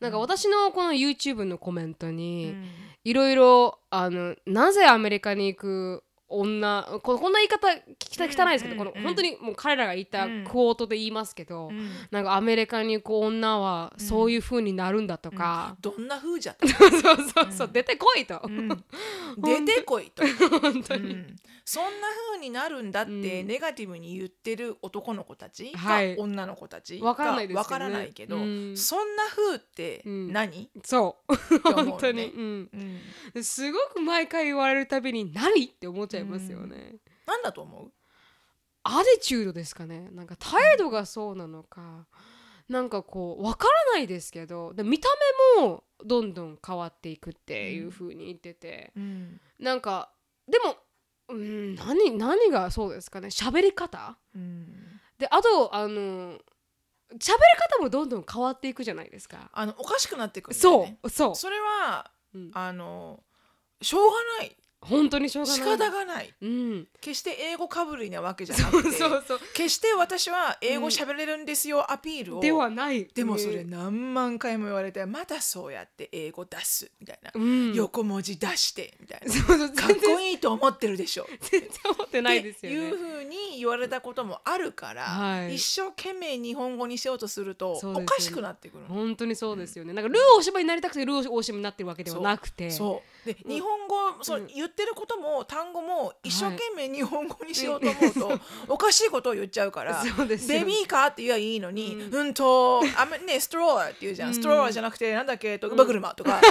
Speaker 1: なんか私のこの YouTube のコメント
Speaker 2: う
Speaker 1: に、
Speaker 2: ん
Speaker 1: いろいろあのなぜアメリカに行く女ここんな言い方聞きた汚いですけど、
Speaker 2: うんうんうん
Speaker 1: この本当にもう彼らが言った
Speaker 2: うん
Speaker 1: クォートで言いますけど、
Speaker 2: うん
Speaker 1: なんかアメリカに行く女はそういう風になるんだとか、
Speaker 2: どんな風じゃ と
Speaker 1: そうそうそう、出てこいと、
Speaker 2: 出てこいと
Speaker 1: 本当に、
Speaker 2: うんそんな風になるんだって
Speaker 1: うん
Speaker 2: ネガティブに言ってる男の子たちか、
Speaker 1: はい
Speaker 2: 女の子たち
Speaker 1: わかんないですけどね
Speaker 2: わからないけど、
Speaker 1: うん
Speaker 2: そんな風って
Speaker 1: うん
Speaker 2: 何、
Speaker 1: そう
Speaker 2: って思うよね
Speaker 1: 本当に、うん
Speaker 2: うん
Speaker 1: ですごく毎回言われるたびに何って思っちゃいますよね、
Speaker 2: なんだと思
Speaker 1: アディチュードですかねなんか態度がそうなのか、なんかこうわからないですけどで見た目もどんどん変わっていくっていう風に言ってて、
Speaker 2: う、
Speaker 1: なんかでも、うん、何何がそうですかね喋り方
Speaker 2: うん
Speaker 1: であとあの喋り方もどんどん変わっていくじゃないですか。
Speaker 2: あのおかしくなってくるんだよ
Speaker 1: そ
Speaker 2: ね
Speaker 1: うそう、
Speaker 2: それは
Speaker 1: うん、
Speaker 2: あのしょうがない
Speaker 1: 本当にしょうがない
Speaker 2: 仕方がない
Speaker 1: うん、
Speaker 2: 決して英語かぶりなわけじゃな
Speaker 1: そう
Speaker 2: くて
Speaker 1: そうそう
Speaker 2: 決して私は英語喋れるんですよ、アピールを
Speaker 1: ではない
Speaker 2: でもそ
Speaker 1: ね、
Speaker 2: れ何万回も言われてまたそうやって英語出すみたいな、
Speaker 1: うん、
Speaker 2: 横文字出してみ たいな
Speaker 1: そうそう
Speaker 2: かっ
Speaker 1: 全
Speaker 2: こ
Speaker 1: 然
Speaker 2: いいと思ってるでしょ
Speaker 1: 全然思ってないですよね
Speaker 2: っていう。ふうに言われたこともあるから、
Speaker 1: はい
Speaker 2: 一生懸命日本語にしようとすると
Speaker 1: そうですよ
Speaker 2: お
Speaker 1: ね
Speaker 2: かしくなってくるの
Speaker 1: 本当にそうですよね。なんかルー大島になりたくてルー大島になってるわけではなくて、
Speaker 2: そうで、
Speaker 1: うん
Speaker 2: 日本語そううん言ってることも単語も一生懸命日本語にしようと思うと、おかしいことを言っちゃうか ら
Speaker 1: そうですよ
Speaker 2: ベビーカーって言えばいいのに、う
Speaker 1: うんん、
Speaker 2: と、あんまね、ストローラーって言うじゃん。
Speaker 1: うん
Speaker 2: ストローラーじゃなくて、なんだっけ、と、馬車 とか、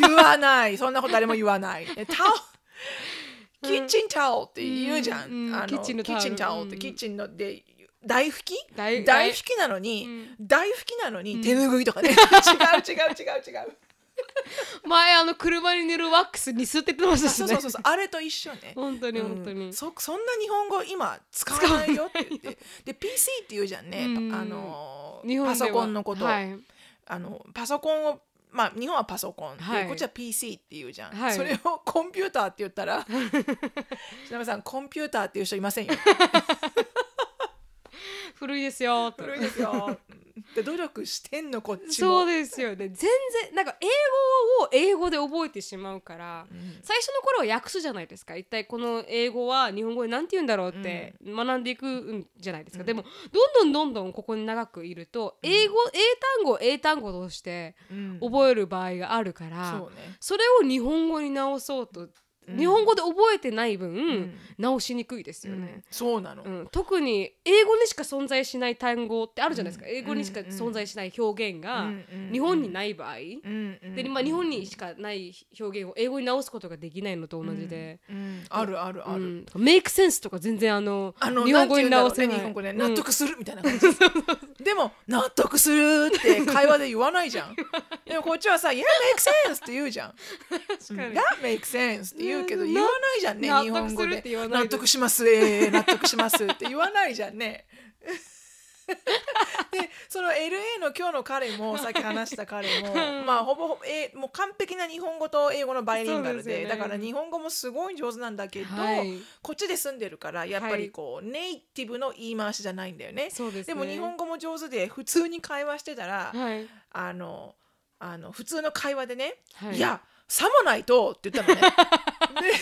Speaker 2: 言わない。そんなこと誰も言わない。でタオ、キッチンタオルって言うじゃん。
Speaker 1: うんうん
Speaker 2: あの
Speaker 1: キッチンのタオル
Speaker 2: キッチンタオルって、
Speaker 1: うん
Speaker 2: キッチンので、大拭き
Speaker 1: 大
Speaker 2: 大拭きなのに、大拭きなのに、手拭いと かね。違う違う違う違う。
Speaker 1: 前あの車に塗るワックスに吸ってってました
Speaker 2: あ
Speaker 1: し
Speaker 2: そう
Speaker 1: ね。
Speaker 2: そうそうそう、あれと一緒ね。
Speaker 1: 本当に本当
Speaker 2: う
Speaker 1: に
Speaker 2: ん。そそんな日本語今使わないよって言ってで PC って言うじゃんね、
Speaker 1: うん
Speaker 2: あの
Speaker 1: 日本で
Speaker 2: パ
Speaker 1: は
Speaker 2: ソコンのこと、
Speaker 1: はい。
Speaker 2: あのパソコンをまあ日本はパソコンで、
Speaker 1: はい
Speaker 2: こっちは PC っていうじゃん、
Speaker 1: はい
Speaker 2: それをコンピューターって言った らちなみさんコンピューターっていう人いませんよ
Speaker 1: 古いですよと。
Speaker 2: 古いですよ で努力してんのこっちも
Speaker 1: そうですよね。全然なんか英語を英語で覚えてしまうから。
Speaker 2: うん
Speaker 1: 最初の頃は訳すじゃないですか一体この英語は日本語で何て言うんだろうって学んでいくんじゃないですか、
Speaker 2: うん
Speaker 1: でもどんどんどんどんここに長くいると英語、英単語英単語として
Speaker 2: うん
Speaker 1: 覚える場合があるから、
Speaker 2: そうね
Speaker 1: それを日本語に直そうと、
Speaker 2: うん
Speaker 1: 日本語で覚えてない分、
Speaker 2: ん
Speaker 1: 直しにくいです
Speaker 2: う
Speaker 1: よ
Speaker 2: ん
Speaker 1: ね、
Speaker 2: そうなの、
Speaker 1: うん特に英語にしか存在しない単語ってあるじゃないですか、
Speaker 2: うん
Speaker 1: 英語にしか
Speaker 2: うん
Speaker 1: 存在しない表現が、
Speaker 2: うん
Speaker 1: 日本に
Speaker 2: い、
Speaker 1: ない場合、
Speaker 2: うんうん
Speaker 1: でまあ、日本にしかない表現を英語に直すことができないのと同じで、
Speaker 2: うんあるあるある、
Speaker 1: うんメイクセンスとか全然あの
Speaker 2: あの
Speaker 1: 日本語に直
Speaker 2: せ
Speaker 1: せ
Speaker 2: な
Speaker 1: ないい
Speaker 2: 日本語で
Speaker 1: うん
Speaker 2: 納得するみたいな感じです、でも納得するって会話で言わない じゃんでもこっちはさ「Yeah make sense」って言うじゃん
Speaker 1: 確か
Speaker 2: 「That
Speaker 1: に
Speaker 2: make sense」って言うけど
Speaker 1: うん
Speaker 2: 言わないじゃんね
Speaker 1: な
Speaker 2: 日本
Speaker 1: 納得
Speaker 2: 語
Speaker 1: する
Speaker 2: で
Speaker 1: って言わない
Speaker 2: 納得しますえー 納得しますって言わないじゃんね でその LA の今日の彼 もさっき話した彼もまあほぼほぼ、えーもう完璧な日本語と英語のバイリンガル
Speaker 1: そうで
Speaker 2: です
Speaker 1: よ
Speaker 2: だ
Speaker 1: ね
Speaker 2: から日本語もすごい上手なんだけど、
Speaker 1: はい
Speaker 2: こっちで住んでるからやっぱりこう、ネイティブの言い回しじゃないんだよね。
Speaker 1: そうです、
Speaker 2: で
Speaker 1: ね、
Speaker 2: も日本語も上手で普通に会話してたら、
Speaker 1: はい
Speaker 2: あのあの普通の会話でね「
Speaker 1: はい
Speaker 2: い、やさもないと」って言っ たのね。で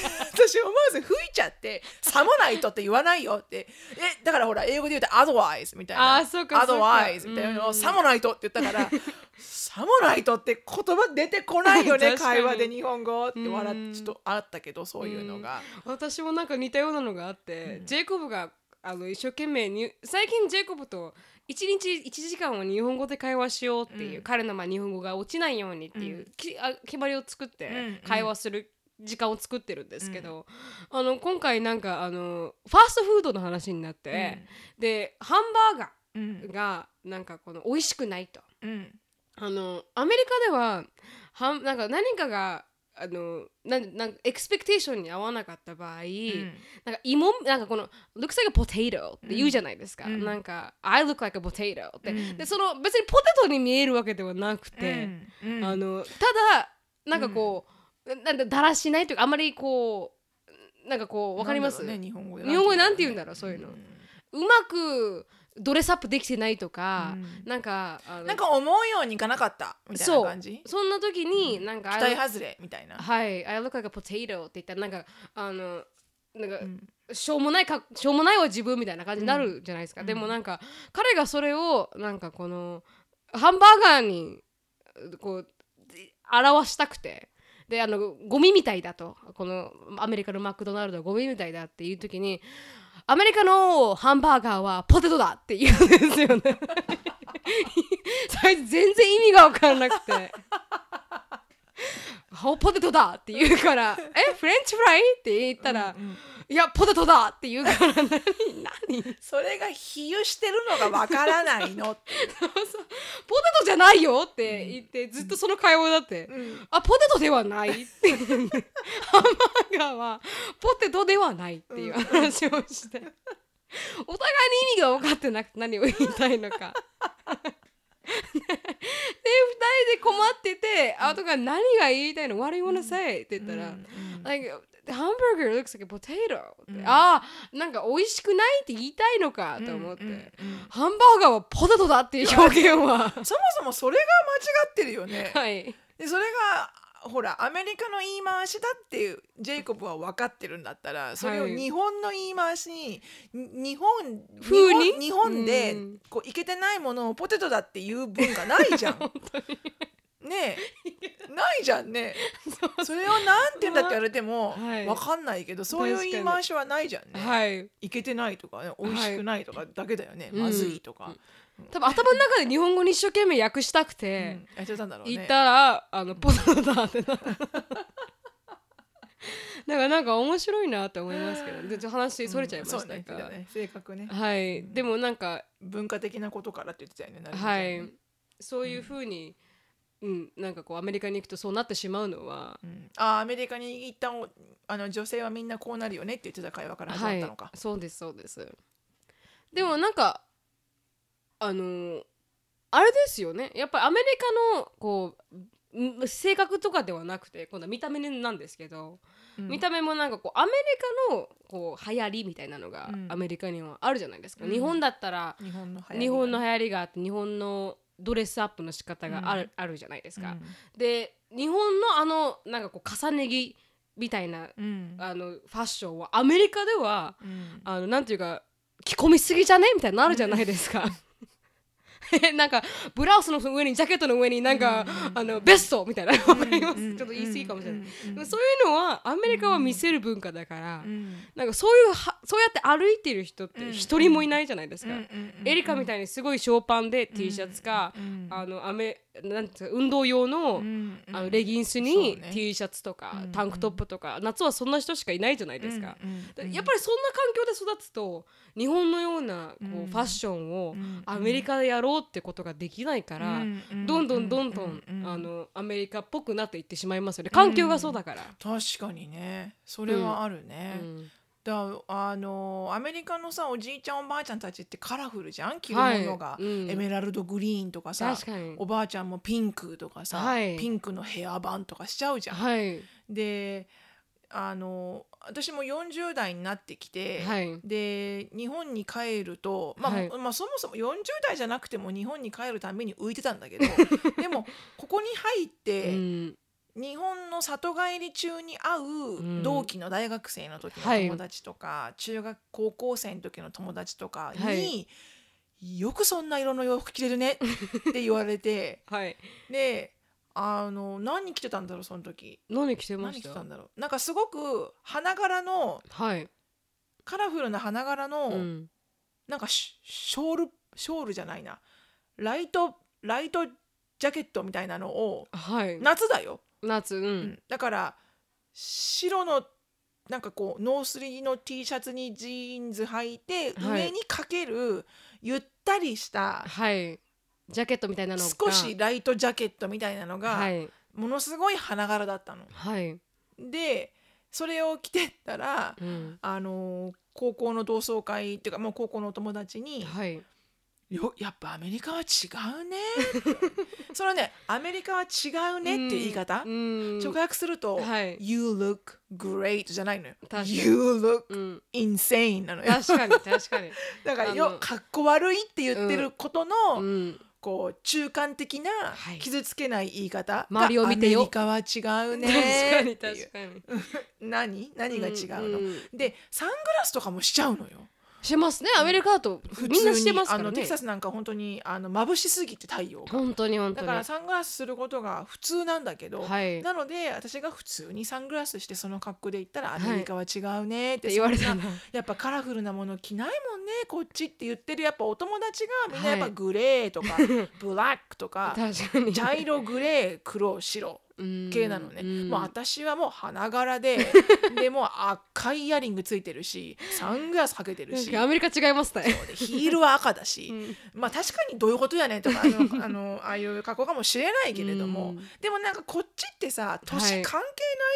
Speaker 2: 私思わず吹いちゃって「さもないと」って言わないよってえだからほら英語で言うと「otherwise」みたいな
Speaker 1: あーそうかそうか
Speaker 2: otherwise」みたいなのを「さもないと」って言った から「さもないと」って言葉出てこないよね
Speaker 1: 確かに
Speaker 2: 会話で日本語って
Speaker 1: う
Speaker 2: 笑っ
Speaker 1: ん
Speaker 2: ちょっとあったけどそういうのが。
Speaker 1: 私もなんか似たようなのがあって、ジェイコブがあの一生懸命に最近ジェイコブと1日1時間は日本語で会話しようっていう、
Speaker 2: うん
Speaker 1: 彼のまあ日本語が落ちないようにっていう、
Speaker 2: うん
Speaker 1: きあ決まりを作っ
Speaker 2: うんうん
Speaker 1: て会話する時間を作ってるんですけど、あの今回なんかあのファーストフードの話になって、でハンバ
Speaker 2: うんう
Speaker 1: ーガー
Speaker 2: ん
Speaker 1: がなんかこの美味しくないと。
Speaker 2: うん
Speaker 1: あのアメリカでははんなんか何かがあのなんなんかエクスペクテーションに合わなかった場合、
Speaker 2: うん
Speaker 1: なんか芋なんかこの「looks like a potato」って言うじゃないですか、
Speaker 2: うん
Speaker 1: なんか「I look like a potato」って、
Speaker 2: うん
Speaker 1: でその別にポテトに見えるわけではなくて、
Speaker 2: うんうん
Speaker 1: あのただなんかこう、ななんだだらしないというかあまりこうなんかこうわかります
Speaker 2: なんだろう
Speaker 1: う,、
Speaker 2: ね日本語
Speaker 1: 日本語でなんて言うんだろうそういうの
Speaker 2: ん
Speaker 1: まくドレスアップできてないとか、
Speaker 2: うん
Speaker 1: なんかあの
Speaker 2: なんか思うようにいかなかったみたいな感じ期
Speaker 1: そんな時に、なんか
Speaker 2: 待外れみたいな、
Speaker 1: はい、I look like a potato って言ったらなんかあのなんか、
Speaker 2: うん
Speaker 1: しょうもないかしょうもないは自分みたいな感じになるじゃないですか、
Speaker 2: うん
Speaker 1: でもなんか彼がそれをなんかこのハンバーガーにこう表したくてであのゴミみたいだとこのアメリカのマクドナルドはゴミみたいだっていう時にアメリカのハンバーガーはポテトだって言うんですよね それ全然意味が分からなくて。ハオポテトだって言うから「えフレンチフライ?」って言ったら、
Speaker 2: うん
Speaker 1: いや、ポテトだって言うから、何、何
Speaker 2: それが比喩してるのがわからないのって、
Speaker 1: ポテトじゃないよって言って、ずっとその会話だって。
Speaker 2: うん
Speaker 1: あ、ポテトではないって。ハンバーガーはポテトではないっていう話をして。お互いに意味が分かってなくて何を言いたいのか。で、二人で困ってて、あとが何が言いたいの ?What do you wanna say? って言ったら、Like, the hamburger looks like a potato. って
Speaker 2: うん
Speaker 1: ああ、なんか美味しくないって言いたいのかと思って。
Speaker 2: うんうん
Speaker 1: ハンバーガーはポテトだっていう表現は。
Speaker 2: そもそもそれが間違ってるよね
Speaker 1: はい。
Speaker 2: でそれがほらアメリカの言い回しだっていうジェイコブは分かってるんだったらそれを
Speaker 1: はい
Speaker 2: 日本の言い回しにに日本
Speaker 1: 風に
Speaker 2: 日本日本で
Speaker 1: うん
Speaker 2: こういけてないものをポテトだっていう文化ない じゃん。ねえないじゃんねそれをなんて言うんだって言われても
Speaker 1: はい
Speaker 2: 分かんないけどそういう
Speaker 1: 確かに
Speaker 2: 言い回しはないじゃんね。
Speaker 1: はい。
Speaker 2: いけてないとかね美味しくないとかだけだよね、
Speaker 1: うん
Speaker 2: まずいとか、
Speaker 1: 多分頭の中で日本語に一生懸命訳したく
Speaker 2: うん
Speaker 1: て、
Speaker 2: やっちゃったんだろうね。
Speaker 1: 言ったら、あの、ポテトだって な。だからなんか面白いなって思いますけど、でちょっと話それちゃいました
Speaker 2: うんそうね
Speaker 1: が、
Speaker 2: だね性格ね
Speaker 1: はい。でもなんか、
Speaker 2: 文化的なことからって言ってたよね。なるほど
Speaker 1: は
Speaker 2: ね
Speaker 1: い。そういう風に、うん、なんかこうアメリカに行くとそうなってしまうのは、
Speaker 2: うん、あアメリカに行ったおあの女性はみんなこうなるよねって言ってた会話から始まったのか
Speaker 1: は。い、そうですそうですでもなんかあのーあれですよねやっぱりアメリカのこうん性格とかではなくて今度は見た目なんですけど、
Speaker 2: うん
Speaker 1: 見た目もなんかこうアメリカのこう流行りみたいなのが
Speaker 2: うん
Speaker 1: アメリカにはあるじゃないですか、
Speaker 2: うん
Speaker 1: 日本だったら
Speaker 2: 日本の流
Speaker 1: 日本
Speaker 2: 行りが
Speaker 1: の流行りがあって日本のドレスアップの仕方がある,、
Speaker 2: うん
Speaker 1: あるじゃないですか、で日本のあのなんかこう重ね着みたいな
Speaker 2: うんうん
Speaker 1: あのファッションはアメリカでは
Speaker 2: うん
Speaker 1: あのなんていうか着込みすぎじゃねみたいになるじゃないですか。 えなんかブラウスの上にジャケットの上になんか、
Speaker 2: うん
Speaker 1: あのベストみたいなわかります、
Speaker 2: うん
Speaker 1: ちょっと言い過ぎかもしれない、
Speaker 2: うん
Speaker 1: そういうのはアメリカは見せる文化だから、
Speaker 2: うんうん
Speaker 1: なんかそういうはそうやって歩いてる人って一人もいないじゃないです
Speaker 2: うん
Speaker 1: か、
Speaker 2: うんうん
Speaker 1: エリカみたいにすごいショーパンで T シャツか、
Speaker 2: うん
Speaker 1: あのアメなんていうか運動用の,、
Speaker 2: うんうん
Speaker 1: あのレギンス
Speaker 2: そ
Speaker 1: に
Speaker 2: うね
Speaker 1: T シャツとか、
Speaker 2: うん
Speaker 1: タンクトップとか夏はそんな人しかいないじゃないですか、
Speaker 2: うんうんうん
Speaker 1: やっぱりそんな環境で育つと日本のようなこう、
Speaker 2: うん
Speaker 1: ファッションを
Speaker 2: うん
Speaker 1: アメリカでやろうってことができないから、
Speaker 2: うんうん
Speaker 1: どんどんどんどん、
Speaker 2: うう
Speaker 1: あのアメリカっぽくなっていってしまいますよね環境がそうだから。
Speaker 2: 確かにねそれはある
Speaker 1: う
Speaker 2: ね、
Speaker 1: ん
Speaker 2: だあのアメリカのさおじいちゃんおばあちゃんたちってカラフルじゃん着るも
Speaker 1: はい
Speaker 2: のが、
Speaker 1: うん
Speaker 2: エメラルドグリーンとかさ
Speaker 1: 確かに
Speaker 2: おばあちゃんもピンクとかさ、
Speaker 1: はい
Speaker 2: ピンクのヘアバンとかしちゃうじゃん。
Speaker 1: はい
Speaker 2: であの私も40代になってきて、
Speaker 1: はい
Speaker 2: で日本に帰ると、まあ
Speaker 1: はい
Speaker 2: まあ、そもそも40代じゃなくても日本に帰るために浮いてたんだ けどでもここに入っ
Speaker 1: う
Speaker 2: て、
Speaker 1: ん
Speaker 2: 日本の里帰り中に会
Speaker 1: ん
Speaker 2: う同期の大学生の時の友達とか、中学高校生の時の友達とかに、
Speaker 1: はい
Speaker 2: よくそんな色の洋服着れるねって言われて
Speaker 1: はい
Speaker 2: であの何着てたんだろうその時。
Speaker 1: 何着てま
Speaker 2: 何
Speaker 1: し
Speaker 2: 着て
Speaker 1: た
Speaker 2: たんだろうなんかすごく花柄の
Speaker 1: はい、
Speaker 2: カラフルな花柄の、
Speaker 1: うん、
Speaker 2: なんかシショールショールじゃないなライトライトジャケットみたいなのを
Speaker 1: はい
Speaker 2: 夏だよ、
Speaker 1: 夏う
Speaker 2: うんん、だから白のなんかこうノースリーの T シャツにジーンズ履いて、
Speaker 1: はい
Speaker 2: 上にかけるゆったりした
Speaker 1: はいジャケットみたいなのが
Speaker 2: 少しライトジャケットみたいなのが、
Speaker 1: はい
Speaker 2: ものすごい花柄だったの。
Speaker 1: はい、
Speaker 2: でそれを着てったら
Speaker 1: うん、
Speaker 2: あのー高校の同窓会っていうかもう高校のお友達に
Speaker 1: はい
Speaker 2: 「よやっぱアメリカは違うね」 そのね「アメリカは違うね」っていう言い方、
Speaker 1: うん
Speaker 2: 直訳すると「
Speaker 1: はい、
Speaker 2: You look great」じゃないのよ
Speaker 1: 確か
Speaker 2: 「
Speaker 1: に
Speaker 2: You look
Speaker 1: うん
Speaker 2: insane」なのよ
Speaker 1: 確かに確 かに、
Speaker 2: だから
Speaker 1: あ
Speaker 2: よ
Speaker 1: の
Speaker 2: かっこ悪いって言ってることの、
Speaker 1: うん、
Speaker 2: こう中間的な
Speaker 1: はい
Speaker 2: 傷つけない言い方が、
Speaker 1: 周りを見てよ
Speaker 2: アメリカは違う
Speaker 1: 確
Speaker 2: ね
Speaker 1: かに
Speaker 2: っていう
Speaker 1: 確かに
Speaker 2: 何何が違うの、
Speaker 1: んん
Speaker 2: でサングラスとかもしちゃうのよ
Speaker 1: してますねアメリカだと
Speaker 2: 普通に
Speaker 1: みんなしてますか
Speaker 2: あ
Speaker 1: ら
Speaker 2: のテ
Speaker 1: ね
Speaker 2: キサスなんか本当にあの眩しすぎて太陽が
Speaker 1: 本当に本当
Speaker 2: だ
Speaker 1: に
Speaker 2: からサングラスすることが普通なんだけど、
Speaker 1: はいっ
Speaker 2: なので私が普通にサングラスしてその格好で行ったらアメリカは違うねって
Speaker 1: て言われた
Speaker 2: そ
Speaker 1: ん
Speaker 2: んな
Speaker 1: だ
Speaker 2: やっぱカラフルなもの着ないもんねこっちって言ってるやっぱお友達がみんな
Speaker 1: は
Speaker 2: や
Speaker 1: い
Speaker 2: っぱグレーと か、ブラックとか
Speaker 1: 確かに
Speaker 2: 茶色グレー黒白系なのね、
Speaker 1: ん
Speaker 2: もう私はもう花 柄ででもう赤いイヤリングついてるしサングラスかけてる
Speaker 1: 確
Speaker 2: し
Speaker 1: かにアメリカ違いますね
Speaker 2: でヒールは赤だし、
Speaker 1: うん
Speaker 2: まあ確かにどういうことやねんとかあのあのああいう格好かもしれないけれども、
Speaker 1: うん
Speaker 2: でもなんかこっちってさ
Speaker 1: はい
Speaker 2: 年関係ない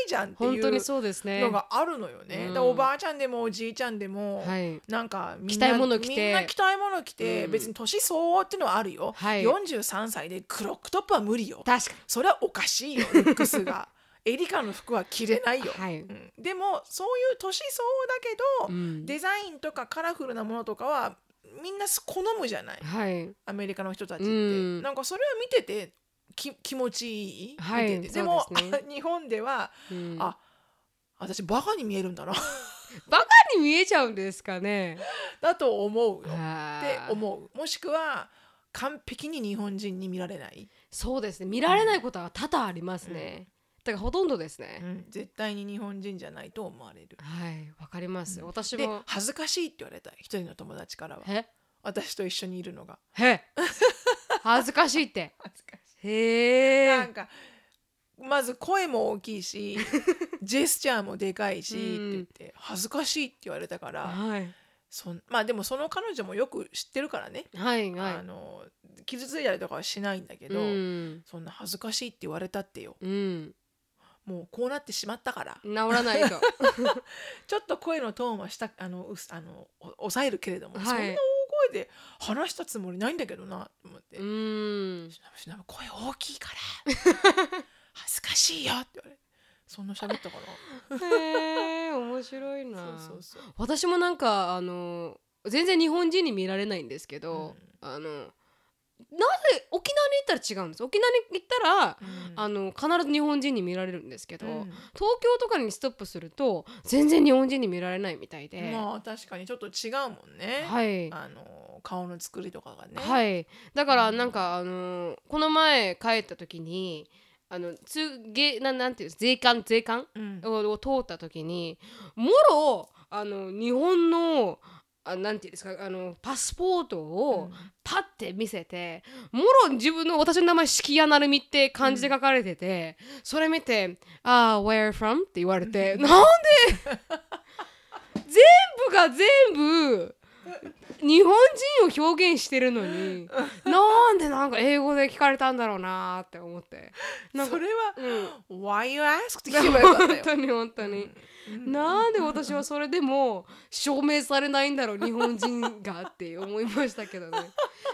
Speaker 2: じゃんって
Speaker 1: 本
Speaker 2: いう
Speaker 1: 当にそうですね
Speaker 2: のがあるのよね。
Speaker 1: うん
Speaker 2: だからおばあちゃんでもおじいちゃんでも、
Speaker 1: はい
Speaker 2: なんかみ
Speaker 1: 着
Speaker 2: ん
Speaker 1: た
Speaker 2: ない
Speaker 1: もの着て
Speaker 2: みんな着たいもの着て、
Speaker 1: うん
Speaker 2: 別に年相応っていうのはあるよ、
Speaker 1: はい
Speaker 2: 43歳でクロックトップは無理よ
Speaker 1: 確か
Speaker 2: それはおかしい よルックスがエリカの服は着れない
Speaker 1: に
Speaker 2: よ、
Speaker 1: はい
Speaker 2: うんでもそういう年相応だけど、
Speaker 1: うん
Speaker 2: デザインとかカラフルなものとかはみんな好むじゃない
Speaker 1: はい
Speaker 2: アメリカの人たちって、
Speaker 1: うん
Speaker 2: なんかそれを見ててき気持ちいい、
Speaker 1: はい
Speaker 2: 見ててでも
Speaker 1: そうですね
Speaker 2: 日本では
Speaker 1: うん
Speaker 2: あ私バカに見えるんだな
Speaker 1: バカに見えちゃうんですかね
Speaker 2: だと思うよって
Speaker 1: はあ
Speaker 2: 思うもしくは完璧に日本人に見られない、
Speaker 1: そうですね見られないことは多々ありますねだからほとんどです
Speaker 2: う
Speaker 1: ね
Speaker 2: ん絶対に日本人じゃないと思われる
Speaker 1: はいわかります
Speaker 2: うん
Speaker 1: 私
Speaker 2: で
Speaker 1: も
Speaker 2: 恥ずかしいって言われた一人の友達からは
Speaker 1: え
Speaker 2: 私と一緒にいるのが
Speaker 1: へ恥ずかしいって
Speaker 2: 恥ずかしい
Speaker 1: へえ
Speaker 2: なんかまず声も大きいし ジェスチャーもでかいし、って言って恥ずかしいって言われたから
Speaker 1: はい
Speaker 2: そんまあでもその彼女もよく知ってるからね、
Speaker 1: はい
Speaker 2: あ
Speaker 1: は
Speaker 2: の傷ついたりとかはしないんだけ
Speaker 1: い
Speaker 2: ど、
Speaker 1: うん
Speaker 2: そんな恥ずかしいって言われたってよ
Speaker 1: うん
Speaker 2: もうこうなってしまったから
Speaker 1: 治らない と
Speaker 2: ちょっと声のトーンはしたあのうすあのお抑えるけれども、
Speaker 1: はい
Speaker 2: そんな大声で話したつもりないんだけどなと思って
Speaker 1: う。ん
Speaker 2: しなぶしなぶ声大きいから 恥ずかしいよって言われてそんな喋ったか
Speaker 1: へえ面白い
Speaker 2: な
Speaker 1: な
Speaker 2: そうそうそう
Speaker 1: 私もなんかあの全然日本人に見られないんですけど、あのなぜ沖縄に行ったら違うんです沖縄に行ったら、
Speaker 2: うん
Speaker 1: あの必ず日本人に見られるんですけど、
Speaker 2: うん
Speaker 1: 東京とかにストップすると全然日本人に見られないみたいで、
Speaker 2: まあ確かにちょっと違うもんね、
Speaker 1: はい、
Speaker 2: あの顔の作りとかがね、い
Speaker 1: はい、だからなんか、あのこの前帰った時にあのつげなんなんていうんです税関税関
Speaker 2: うん、
Speaker 1: を通った時にもろあの日本のあなんていうんですかあのパスポートをパッて見せて、もろ自分の私の名前四季谷成美って漢字で書かれてて、それ見て「ああ where from?」って言われ て、なんで全部が全部日本人を表現してるのになんでなんか英語で聞かれたんだろうなーって思って
Speaker 2: うん
Speaker 1: なんか
Speaker 2: それ
Speaker 1: う
Speaker 2: は
Speaker 1: ん
Speaker 2: 「Why you ask?」って聞けばよかった
Speaker 1: 本
Speaker 2: よ
Speaker 1: 当に本当に、
Speaker 2: うん
Speaker 1: なんで私はそれでも証明されないんだろう日本人がって思いましたけどね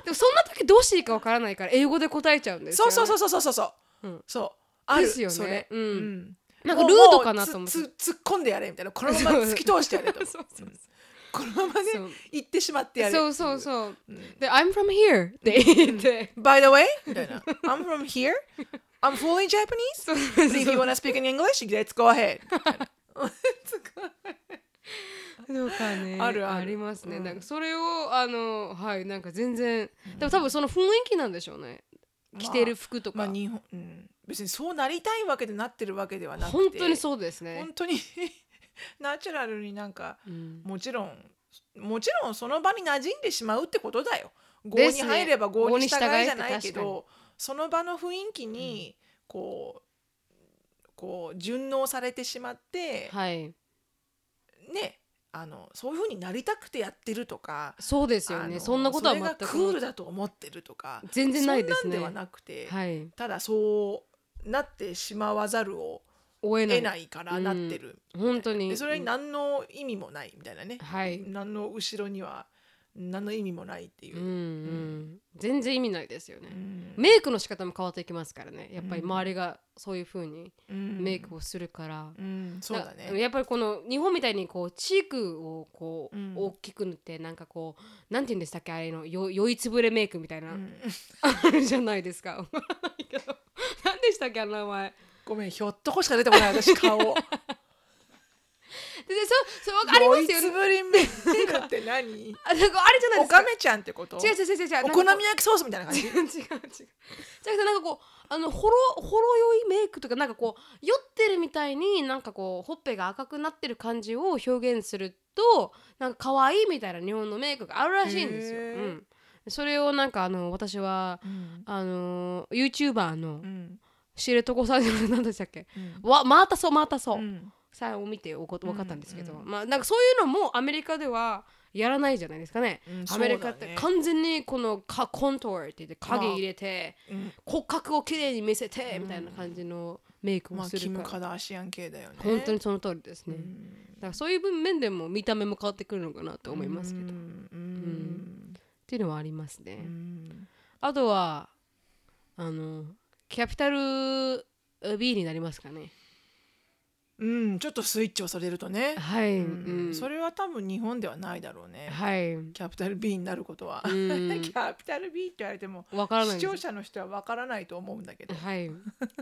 Speaker 1: でもそんな時どうしていいかわからないから英語で答えちゃうんですよ、
Speaker 2: そう
Speaker 1: ね、
Speaker 2: そうそううそうそうそうそう
Speaker 1: うん
Speaker 2: そうある
Speaker 1: ですよね
Speaker 2: それ、
Speaker 1: うん
Speaker 2: うん
Speaker 1: なん
Speaker 2: も
Speaker 1: か
Speaker 2: う
Speaker 1: ルードかなと思
Speaker 2: も
Speaker 1: っ
Speaker 2: う
Speaker 1: て
Speaker 2: つつ突っ込んでやれみたいなこのまま突き通してやれ と
Speaker 1: そうそうそう
Speaker 2: このままね
Speaker 1: そう
Speaker 2: 行ってしまってやれ
Speaker 1: そうそうそう
Speaker 2: うん
Speaker 1: で「I'm from here」って言って、
Speaker 2: By the way みたいな I'm from here I'm fully Japanese
Speaker 1: そうそう
Speaker 2: if you wanna speak in English let's go ahead みたいな
Speaker 1: そうかね
Speaker 2: あるある
Speaker 1: りますね、
Speaker 2: うん
Speaker 1: なんかそれをあのはいなんか全然でも多分その雰囲気なんでしょうね着てる服とか、
Speaker 2: まあ日本、うん、別にそうなりたいわけでなってるわけではなくて
Speaker 1: 本当にそうですね
Speaker 2: 本、当に ナチュラルになんか
Speaker 1: うん
Speaker 2: もちろんもちろんその場に馴染んでしまうってことだよ。合
Speaker 1: で
Speaker 2: に
Speaker 1: すね
Speaker 2: 入れば合に従
Speaker 1: 郷に従えっ
Speaker 2: いじ
Speaker 1: て
Speaker 2: ゃないけ
Speaker 1: 確か
Speaker 2: どその場の雰囲気にこう,、こう順応されてしまって、
Speaker 1: はい
Speaker 2: ねあのそういうふうになりたくてやってるとか
Speaker 1: そうですよ
Speaker 2: あ
Speaker 1: ね
Speaker 2: の
Speaker 1: そんなことは
Speaker 2: それが
Speaker 1: 全
Speaker 2: ク
Speaker 1: く
Speaker 2: ールだと思ってるとか
Speaker 1: 全然ないですね
Speaker 2: そんなんではなくて、
Speaker 1: はい
Speaker 2: ただそうなってしまわざるを
Speaker 1: 追えない
Speaker 2: 得ないからなってる、
Speaker 1: 本当に
Speaker 2: でそれに何の意味もないみたいなね、
Speaker 1: はい
Speaker 2: 何の後ろには何の意味もないってい
Speaker 1: う
Speaker 2: う
Speaker 1: ん、う
Speaker 2: うん
Speaker 1: ん、全然意味ないですよね、
Speaker 2: うん
Speaker 1: メイクの仕方も変わっていきますからねやっぱり
Speaker 2: うん
Speaker 1: 周りがそういう風に
Speaker 2: うん
Speaker 1: メイクをするから、
Speaker 2: うんそうだね
Speaker 1: やっぱりこの日本みたいにこうチークをこう、
Speaker 2: うん
Speaker 1: 大きく塗ってなんかこうなんて言うんでしたっけあれのよ酔いつぶれメイクみたいな、
Speaker 2: うん
Speaker 1: あるじゃないですか。わ からないけど何でしたっけあの名前。
Speaker 2: ごめんひょっとこしか出てこない私 顔あ
Speaker 1: ででそそうありますよね。
Speaker 2: つぶりメイクって何
Speaker 1: あなんかあれじゃない
Speaker 2: お
Speaker 1: ですか
Speaker 2: か。めちゃんってこと
Speaker 1: 違う違う違う違う。
Speaker 2: お好
Speaker 1: なんかこ
Speaker 2: み焼きソースみた
Speaker 1: う
Speaker 2: いな 感じ
Speaker 1: 違う違う違う。じゃなくてなんかこうあのほろほろ酔いメイクとかなんかこう酔ってるみたいになんかこうほっぺが赤くなってる感じを表現するとなんか可愛いみたいな日本のメイクがあるらしいんですよ。
Speaker 2: へー
Speaker 1: うん。それをなんかあの私は
Speaker 2: うん
Speaker 1: あの YouTuber の
Speaker 2: うん
Speaker 1: 知床さんじゃない何でしたっけ。
Speaker 2: うん
Speaker 1: わまたそうまたそうう。
Speaker 2: ん
Speaker 1: さえを見ておこ
Speaker 2: うん
Speaker 1: 分かったんですけど、
Speaker 2: うん
Speaker 1: まあなんかそういうのもアメリカではやらないじゃないですかね。
Speaker 2: うん
Speaker 1: アメリカっ
Speaker 2: そう
Speaker 1: て
Speaker 2: だね
Speaker 1: 完全にこのかコントロールって言って影入れて、
Speaker 2: うん
Speaker 1: 骨格をきれいに見せて、
Speaker 2: うん
Speaker 1: みたいな感じのメイクを
Speaker 2: まあ
Speaker 1: す
Speaker 2: キ
Speaker 1: る
Speaker 2: ム・
Speaker 1: か
Speaker 2: カ
Speaker 1: ら、
Speaker 2: ダーシアン系だよね
Speaker 1: 本当にその通りです
Speaker 2: う
Speaker 1: ね。だ
Speaker 2: ん
Speaker 1: からそういう面でも見た目も変わってくるのかなと思いますけど、
Speaker 2: う
Speaker 1: っ
Speaker 2: んうん
Speaker 1: ていうのはありますね。
Speaker 2: うん
Speaker 1: あとはあのキャピタル B になりますかね。
Speaker 2: うんちょっとスイッチをされるとね、
Speaker 1: はい、
Speaker 2: うん
Speaker 1: うん
Speaker 2: それは多分日本ではないだろうね、
Speaker 1: はい、
Speaker 2: キャピタル B になること
Speaker 1: ん
Speaker 2: は、キャピタル B って言われても
Speaker 1: わからない
Speaker 2: 視
Speaker 1: です
Speaker 2: 聴者の人はわからないと思うんだけど、
Speaker 1: はい。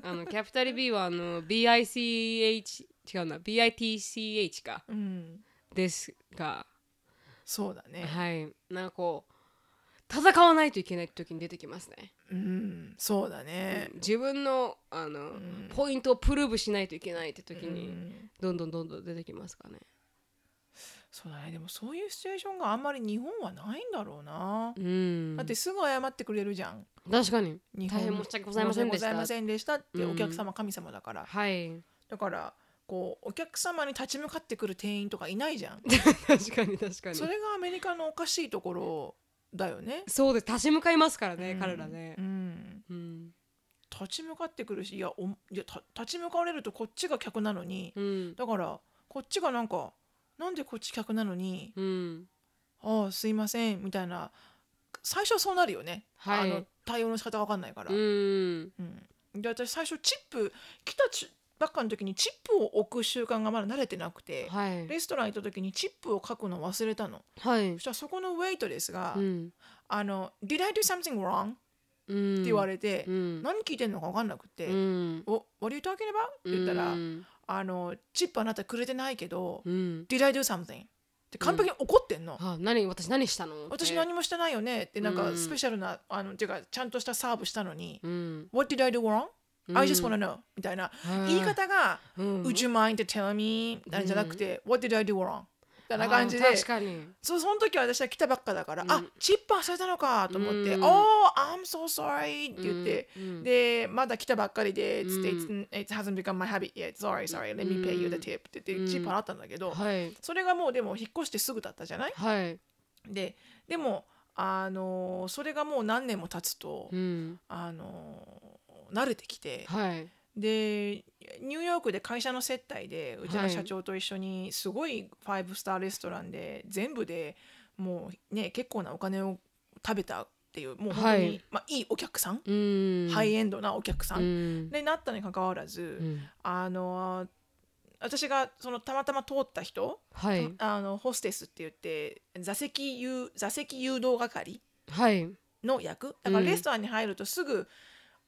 Speaker 1: あの、キャピタル B は、あの、BICH、違うな、BITCH か、
Speaker 2: うん、
Speaker 1: ですが、
Speaker 2: そうだね、
Speaker 1: はい。なんかこう、戦わないといけない時に出てきますね。
Speaker 2: うん、そうだね、
Speaker 1: 自分の、あの、
Speaker 2: ん
Speaker 1: ポイントをプルーブしないといけないって時
Speaker 2: う
Speaker 1: に、
Speaker 2: ん
Speaker 1: どんどんどんどん出てきますかね。
Speaker 2: そうだねでもそういうシチュエーションがあんまり日本はないんだろうな、
Speaker 1: うん。
Speaker 2: だってすぐ謝ってくれるじゃん
Speaker 1: 確かに。
Speaker 2: 日
Speaker 1: 大
Speaker 2: 本
Speaker 1: 変申し訳ございませんでした
Speaker 2: 申訳ございま。せんでしたってお客様、神様だから
Speaker 1: はい。
Speaker 2: だからこうお客様に立ち向かってくる店員とかいないじゃん
Speaker 1: 確かに、確かに。
Speaker 2: それがアメリカのおかしいところだよね。
Speaker 1: そうです。立ち向かいますからね、
Speaker 2: うん
Speaker 1: 彼らね
Speaker 2: う。ん、
Speaker 1: うん。
Speaker 2: 立ち向かってくるしいやおいやた立ち向かれるとこっちが客なのに
Speaker 1: うん。
Speaker 2: だからこっちがなんかなんでこっち客なのに
Speaker 1: うん。
Speaker 2: 「ああすいません」みたいな最初はそうなるよね、
Speaker 1: はい
Speaker 2: あの対応の仕方わかんないから。
Speaker 1: うん。
Speaker 2: うんで私最初チップ来たちばっかの時にチップを置く習慣がまだ慣れてなくて、
Speaker 1: はい。
Speaker 2: レストラン行った時にチップを書くの忘れたの。
Speaker 1: はい
Speaker 2: そし。たらそこのウェイトレスが「
Speaker 1: うん。
Speaker 2: あの Did I do something wrong?」
Speaker 1: って
Speaker 2: って言われて、
Speaker 1: うん、
Speaker 2: 何聞いてんのか分かんなくて「
Speaker 1: うん、
Speaker 2: お What are you talking about?」って言ったら「
Speaker 1: うん
Speaker 2: あのチップあなたくれてないけど、
Speaker 1: うん、
Speaker 2: Did I do something?」って完璧に怒ってんの。
Speaker 1: は何私何したのっ
Speaker 2: 私
Speaker 1: て
Speaker 2: 何もしてないよねってなん
Speaker 1: う
Speaker 2: か
Speaker 1: ん
Speaker 2: スペシャルな、あのていうかちゃんとしたサーブしたのに
Speaker 1: うん
Speaker 2: 「What did I do wrong?、I just
Speaker 1: う
Speaker 2: wanna
Speaker 1: ん
Speaker 2: know」みたいな
Speaker 1: はい
Speaker 2: 言い方が
Speaker 1: うん
Speaker 2: 「Would you mind to tell me?」みたいなんじゃなくて「What did I do wrong?」みたいな感じで
Speaker 1: あー確かに
Speaker 2: そうその時は私は来たばっかだから「
Speaker 1: うん
Speaker 2: あチップ忘れたのか」と思って「
Speaker 1: うん
Speaker 2: Oh I'm so sorry」って言って、
Speaker 1: うんうん
Speaker 2: でまだ来たばっかりで「つって
Speaker 1: うん
Speaker 2: It's- It hasn't become my habit yet sorry sorry let me pay you the tip」って言
Speaker 1: う
Speaker 2: っ
Speaker 1: ん
Speaker 2: てチップ払ったんだけど、
Speaker 1: はい
Speaker 2: それがもうでも引っ越してすぐだったじゃない
Speaker 1: はい、
Speaker 2: ででもあのーそれがもう何年も経つと、
Speaker 1: うん、
Speaker 2: あのー慣れてきて、
Speaker 1: はい
Speaker 2: でニューヨークで会社の接待でうち
Speaker 1: は
Speaker 2: の
Speaker 1: い
Speaker 2: 社長と一緒にすごいファイブスターレストランで全部でもうね結構なお金を食べたっていうもう本当に、
Speaker 1: はい
Speaker 2: まあ、いいお客さん、
Speaker 1: うん
Speaker 2: ハイエンドなお客さ、
Speaker 1: うんん
Speaker 2: でなったにかかわらず、
Speaker 1: うん
Speaker 2: あの私がそのたまたま通った人、
Speaker 1: はい
Speaker 2: あのホステスって言って座席誘座席誘導係
Speaker 1: はい
Speaker 2: の役だから
Speaker 1: うん
Speaker 2: レストランに入るとすぐ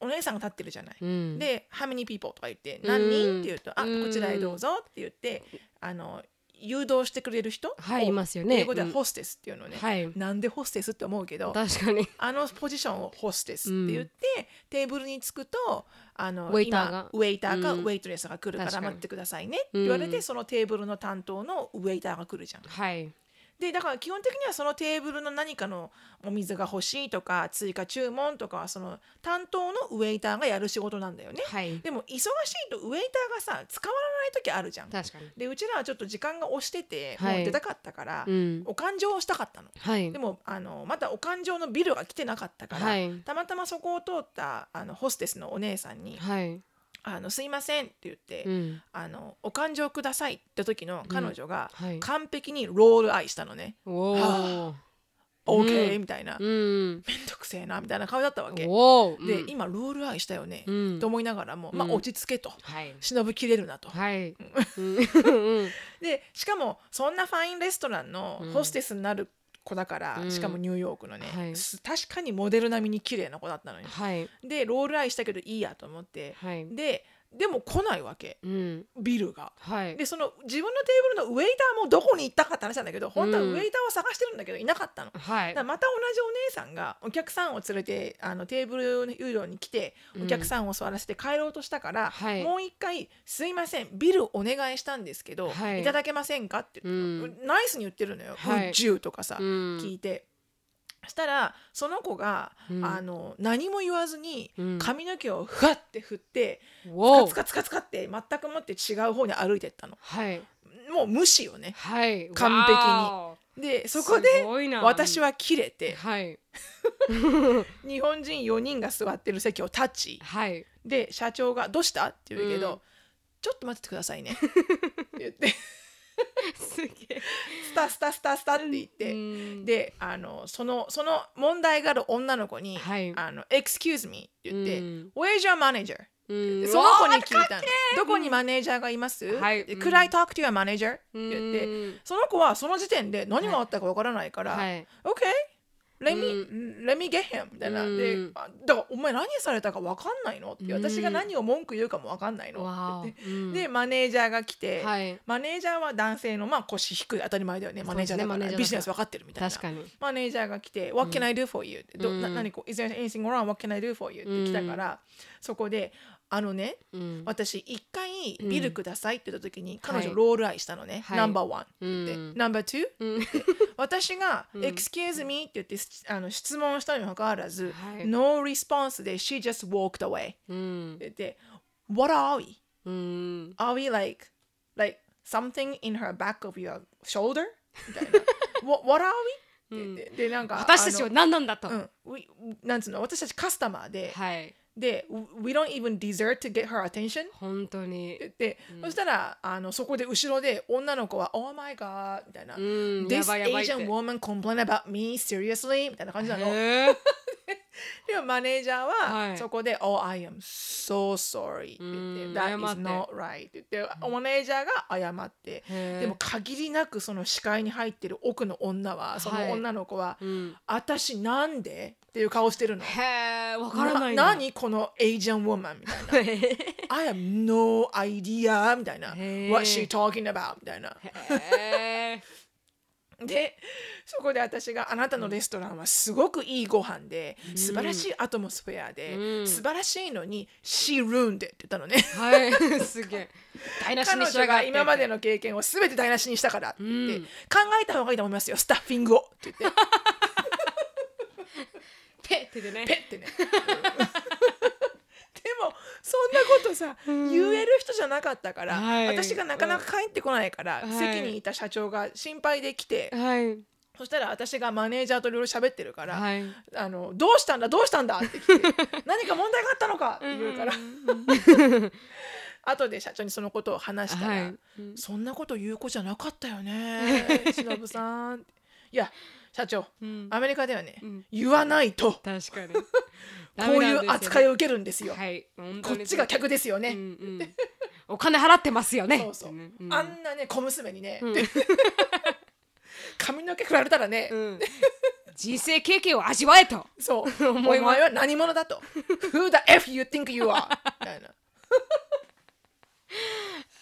Speaker 2: お姉さんが立ってるじゃない。
Speaker 1: うん
Speaker 2: で「How many people?」とか言って「
Speaker 1: うん
Speaker 2: 何人?」って言うと「あ
Speaker 1: うん
Speaker 2: こちらへどうぞ」って言ってあの誘導してくれる人を
Speaker 1: はいいますよね
Speaker 2: 英語では
Speaker 1: うん
Speaker 2: ホステスっていうのね、
Speaker 1: はい
Speaker 2: なんでホステスって思うけど
Speaker 1: 確かに
Speaker 2: あのポジションをホステスって言って、テーブルに着くとあの
Speaker 1: ウェイターが
Speaker 2: 今ウェイターか
Speaker 1: う
Speaker 2: ウ
Speaker 1: ん
Speaker 2: ェイトレスが来るから
Speaker 1: 確かに
Speaker 2: 待ってくださいねって言われて、
Speaker 1: うん
Speaker 2: そのテーブルの担当のウェイターが来るじゃん。
Speaker 1: はい
Speaker 2: でだから基本的にはそのテーブルの何かのお水が欲しいとか追加注文とかはその担当のウェイターがやる仕事なんだよね。
Speaker 1: はい
Speaker 2: でも忙しいとウェイターがさ使わない時あるじゃん。
Speaker 1: 確かに
Speaker 2: でうちらはちょっと時間が押してて、
Speaker 1: はい
Speaker 2: もう出たかったから、
Speaker 1: うん
Speaker 2: お勘定をしたかったの。
Speaker 1: はい
Speaker 2: でもあのまたお勘定のビルが来てなかったから、
Speaker 1: はい
Speaker 2: たまたまそこを通ったあのホステスのお姉さんに
Speaker 1: はい
Speaker 2: 「あのすいません」って言って「
Speaker 1: うん
Speaker 2: あのお勘定ください」って時の彼女が
Speaker 1: はい
Speaker 2: 完璧にロールアイしたのね
Speaker 1: お
Speaker 2: は
Speaker 1: ー
Speaker 2: 「
Speaker 1: うん
Speaker 2: OK」みたいな「
Speaker 1: う
Speaker 2: め
Speaker 1: ん
Speaker 2: んどくせえな」みたいな顔だったわけ。
Speaker 1: おー
Speaker 2: で
Speaker 1: うん
Speaker 2: 今ロールアイしたよね、
Speaker 1: うん
Speaker 2: と思いながらも、まあ、
Speaker 1: うん
Speaker 2: 落ち着けと
Speaker 1: はい
Speaker 2: 忍びきれるなと。
Speaker 1: はいうん
Speaker 2: でしかもそんなファインレストランの
Speaker 1: うん
Speaker 2: ホステスになる子だから、
Speaker 1: うん
Speaker 2: しかもニューヨークのね、
Speaker 1: はい
Speaker 2: す確かにモデル並みに綺麗な子だったのよ。
Speaker 1: はい
Speaker 2: でロールアイしたけどいいやと思って
Speaker 1: はい
Speaker 2: ででも来ないわけ
Speaker 1: うん
Speaker 2: ビルが。
Speaker 1: はい
Speaker 2: でその自分のテーブルのウェイターもどこに行ったかって話なんだけど本当はウェイターを探してるんだけどいなかったの。だ
Speaker 1: は
Speaker 2: から
Speaker 1: い
Speaker 2: また同じお姉さんがお客さんを連れてあのテーブルの誘導に来てお客さんを座らせて帰ろうとしたから、
Speaker 1: はい
Speaker 2: もう一回「すいませんビルお願いしたんですけど、
Speaker 1: はい
Speaker 2: い、ただけませんか?」って言って、ナイスに言ってるのよ「
Speaker 1: はい
Speaker 2: うん10」とかさ、
Speaker 1: うん
Speaker 2: 聞いて。したらその子が、
Speaker 1: うん
Speaker 2: あの何も言わずに
Speaker 1: うん
Speaker 2: 髪の毛をふわって振って、
Speaker 1: おー
Speaker 2: つかつかつかつかって全くもって違う方に歩いてったの
Speaker 1: はい
Speaker 2: もう無視よね
Speaker 1: はい
Speaker 2: 完璧に
Speaker 1: わ
Speaker 2: で
Speaker 1: ー
Speaker 2: そこ
Speaker 1: す
Speaker 2: で
Speaker 1: ごいな
Speaker 2: 私は切れて
Speaker 1: はい
Speaker 2: 日本人4人が座ってる席を立ち
Speaker 1: はい
Speaker 2: で社長が「どうした?」って言うけど、
Speaker 1: うん
Speaker 2: ちょっと待っててく ださいね」って言って
Speaker 1: すげえ
Speaker 2: 「スタスタスタスタ」って言って、
Speaker 1: うん
Speaker 2: であのそのその問題がある女の子に「
Speaker 1: はい
Speaker 2: あの Excuse me」って言って「
Speaker 1: うん
Speaker 2: Where's your manager?」
Speaker 1: うん
Speaker 2: その子に聞いたの「どこにマネージャーがいます
Speaker 1: はい
Speaker 2: で
Speaker 1: うん
Speaker 2: Could I talk to your manager?」って
Speaker 1: うん
Speaker 2: 言って、その子はその時点で何があったかわからないから「
Speaker 1: はい、
Speaker 2: OK let me,、let me get him」みたいな、
Speaker 1: うん
Speaker 2: であだからお前何されたかわかんないのって、
Speaker 1: うん
Speaker 2: 私が何を文句言うかもわかんないの
Speaker 1: わ
Speaker 2: って
Speaker 1: おうん
Speaker 2: 言ってでマネージャーが来て、
Speaker 1: はい、
Speaker 2: マネージャーは男性のまあ腰低い当たり前だよねマネージャーだか
Speaker 1: そうですねマネージャーだ
Speaker 2: ら、
Speaker 1: から
Speaker 2: ビジネス分かってるみたいな
Speaker 1: 確かに。
Speaker 2: マネージャーが来て「What can I do for you?、ってど
Speaker 1: うん
Speaker 2: な何こう Is there anything wrong? What can I do for you?」って来たから、そこで「あのね
Speaker 1: うん、
Speaker 2: 私一回
Speaker 1: うん
Speaker 2: ビルください」って言った時に彼
Speaker 1: は
Speaker 2: 女
Speaker 1: い
Speaker 2: ロールアイしたのね「
Speaker 1: はい
Speaker 2: ナンバーワン」って
Speaker 1: う
Speaker 2: 言って
Speaker 1: ん
Speaker 2: 「ナンバーツー」
Speaker 1: うん
Speaker 2: 私が「
Speaker 1: うん
Speaker 2: Excuse me」って言ってしあの質問したにもかかわらず
Speaker 1: は
Speaker 2: 「
Speaker 1: い
Speaker 2: No response」で「She just walked away」って
Speaker 1: うん
Speaker 2: 言って「What are we?
Speaker 1: うん、
Speaker 2: Are we like like something in her back of your shoulder?」みた いな「What, what are we?」って言ってでなんか
Speaker 1: 私たちは何なんだと。
Speaker 2: あのうん we- なんつうの私たちカスタマーで、
Speaker 1: はい、
Speaker 2: で「We don't even deserve to get her attention」
Speaker 1: 本当に。
Speaker 2: って言って、そしたらあのそこで後ろで女の子は「Oh my god」みたいな「
Speaker 1: うん、や
Speaker 2: This
Speaker 1: ばいやばいって。
Speaker 2: Asian woman complain about me seriously」みたいな感じなの。
Speaker 1: へー
Speaker 2: でもマネージャーは、
Speaker 1: はい
Speaker 2: そこで「Oh, I am so sorry」って言
Speaker 1: う
Speaker 2: っ
Speaker 1: ん
Speaker 2: て「That
Speaker 1: 謝っ
Speaker 2: is
Speaker 1: て
Speaker 2: not right」って言ってマネージャーが謝って
Speaker 1: へー
Speaker 2: でも限りなくその視界に入ってる奥の女はそ
Speaker 1: はい
Speaker 2: の女の子は
Speaker 1: うん、
Speaker 2: 「私なんで?」っていう顔してるの。
Speaker 1: へえ、わからない な。
Speaker 2: 何この Asian woman みたいな I have no idea みたいな
Speaker 1: へー
Speaker 2: What she talking about みたいな
Speaker 1: へー
Speaker 2: でそこで私が「あなたのレストランはすごくいいご飯で、素晴らしいアトモスフェアで、
Speaker 1: うん
Speaker 2: 素晴らしいのに she ruined it」って言ったのね
Speaker 1: はい、すげえ。台無し
Speaker 2: 彼
Speaker 1: にし
Speaker 2: 女
Speaker 1: やがっ
Speaker 2: が
Speaker 1: て。
Speaker 2: 今までの経験を全て台無しにしたからって言って、
Speaker 1: うん
Speaker 2: 考えた方がいいと思いますよスタッフィングをって言 っ
Speaker 1: ペ
Speaker 2: て
Speaker 1: ッてでね。
Speaker 2: ペッてね でもそんなことさ、言える人じゃなかったから、
Speaker 1: はい
Speaker 2: 私がなかなか帰ってこないから、
Speaker 1: はい
Speaker 2: 席にいた社長が心配で来て、
Speaker 1: はい、
Speaker 2: そしたら私がマネージャーといろいろ喋ってるから、
Speaker 1: はい。
Speaker 2: あのどうしたんだどうしたんだって聞いて何か問題があったのかって言うから後で社長にそのことを話したら、
Speaker 1: はい
Speaker 2: そんなこと言う子じゃなかったよねしのぶさんいや社長
Speaker 1: うん
Speaker 2: アメリカではね、
Speaker 1: うん
Speaker 2: 言わないとこ
Speaker 1: 確か に
Speaker 2: ういう扱い
Speaker 1: を
Speaker 2: を受けるんですよ
Speaker 1: はい本当
Speaker 2: こ
Speaker 1: に
Speaker 2: っちが客ですよ
Speaker 1: う
Speaker 2: ね、
Speaker 1: んうんお金払ってますよね
Speaker 2: そうそう
Speaker 1: ね
Speaker 2: あんなね小娘にね、
Speaker 1: うん
Speaker 2: 髪の毛振られたらね、
Speaker 1: うん人生経験を味わえと
Speaker 2: そうお
Speaker 1: 思い
Speaker 2: 前
Speaker 1: ます
Speaker 2: は何者 だと Who the F you think you are みたいな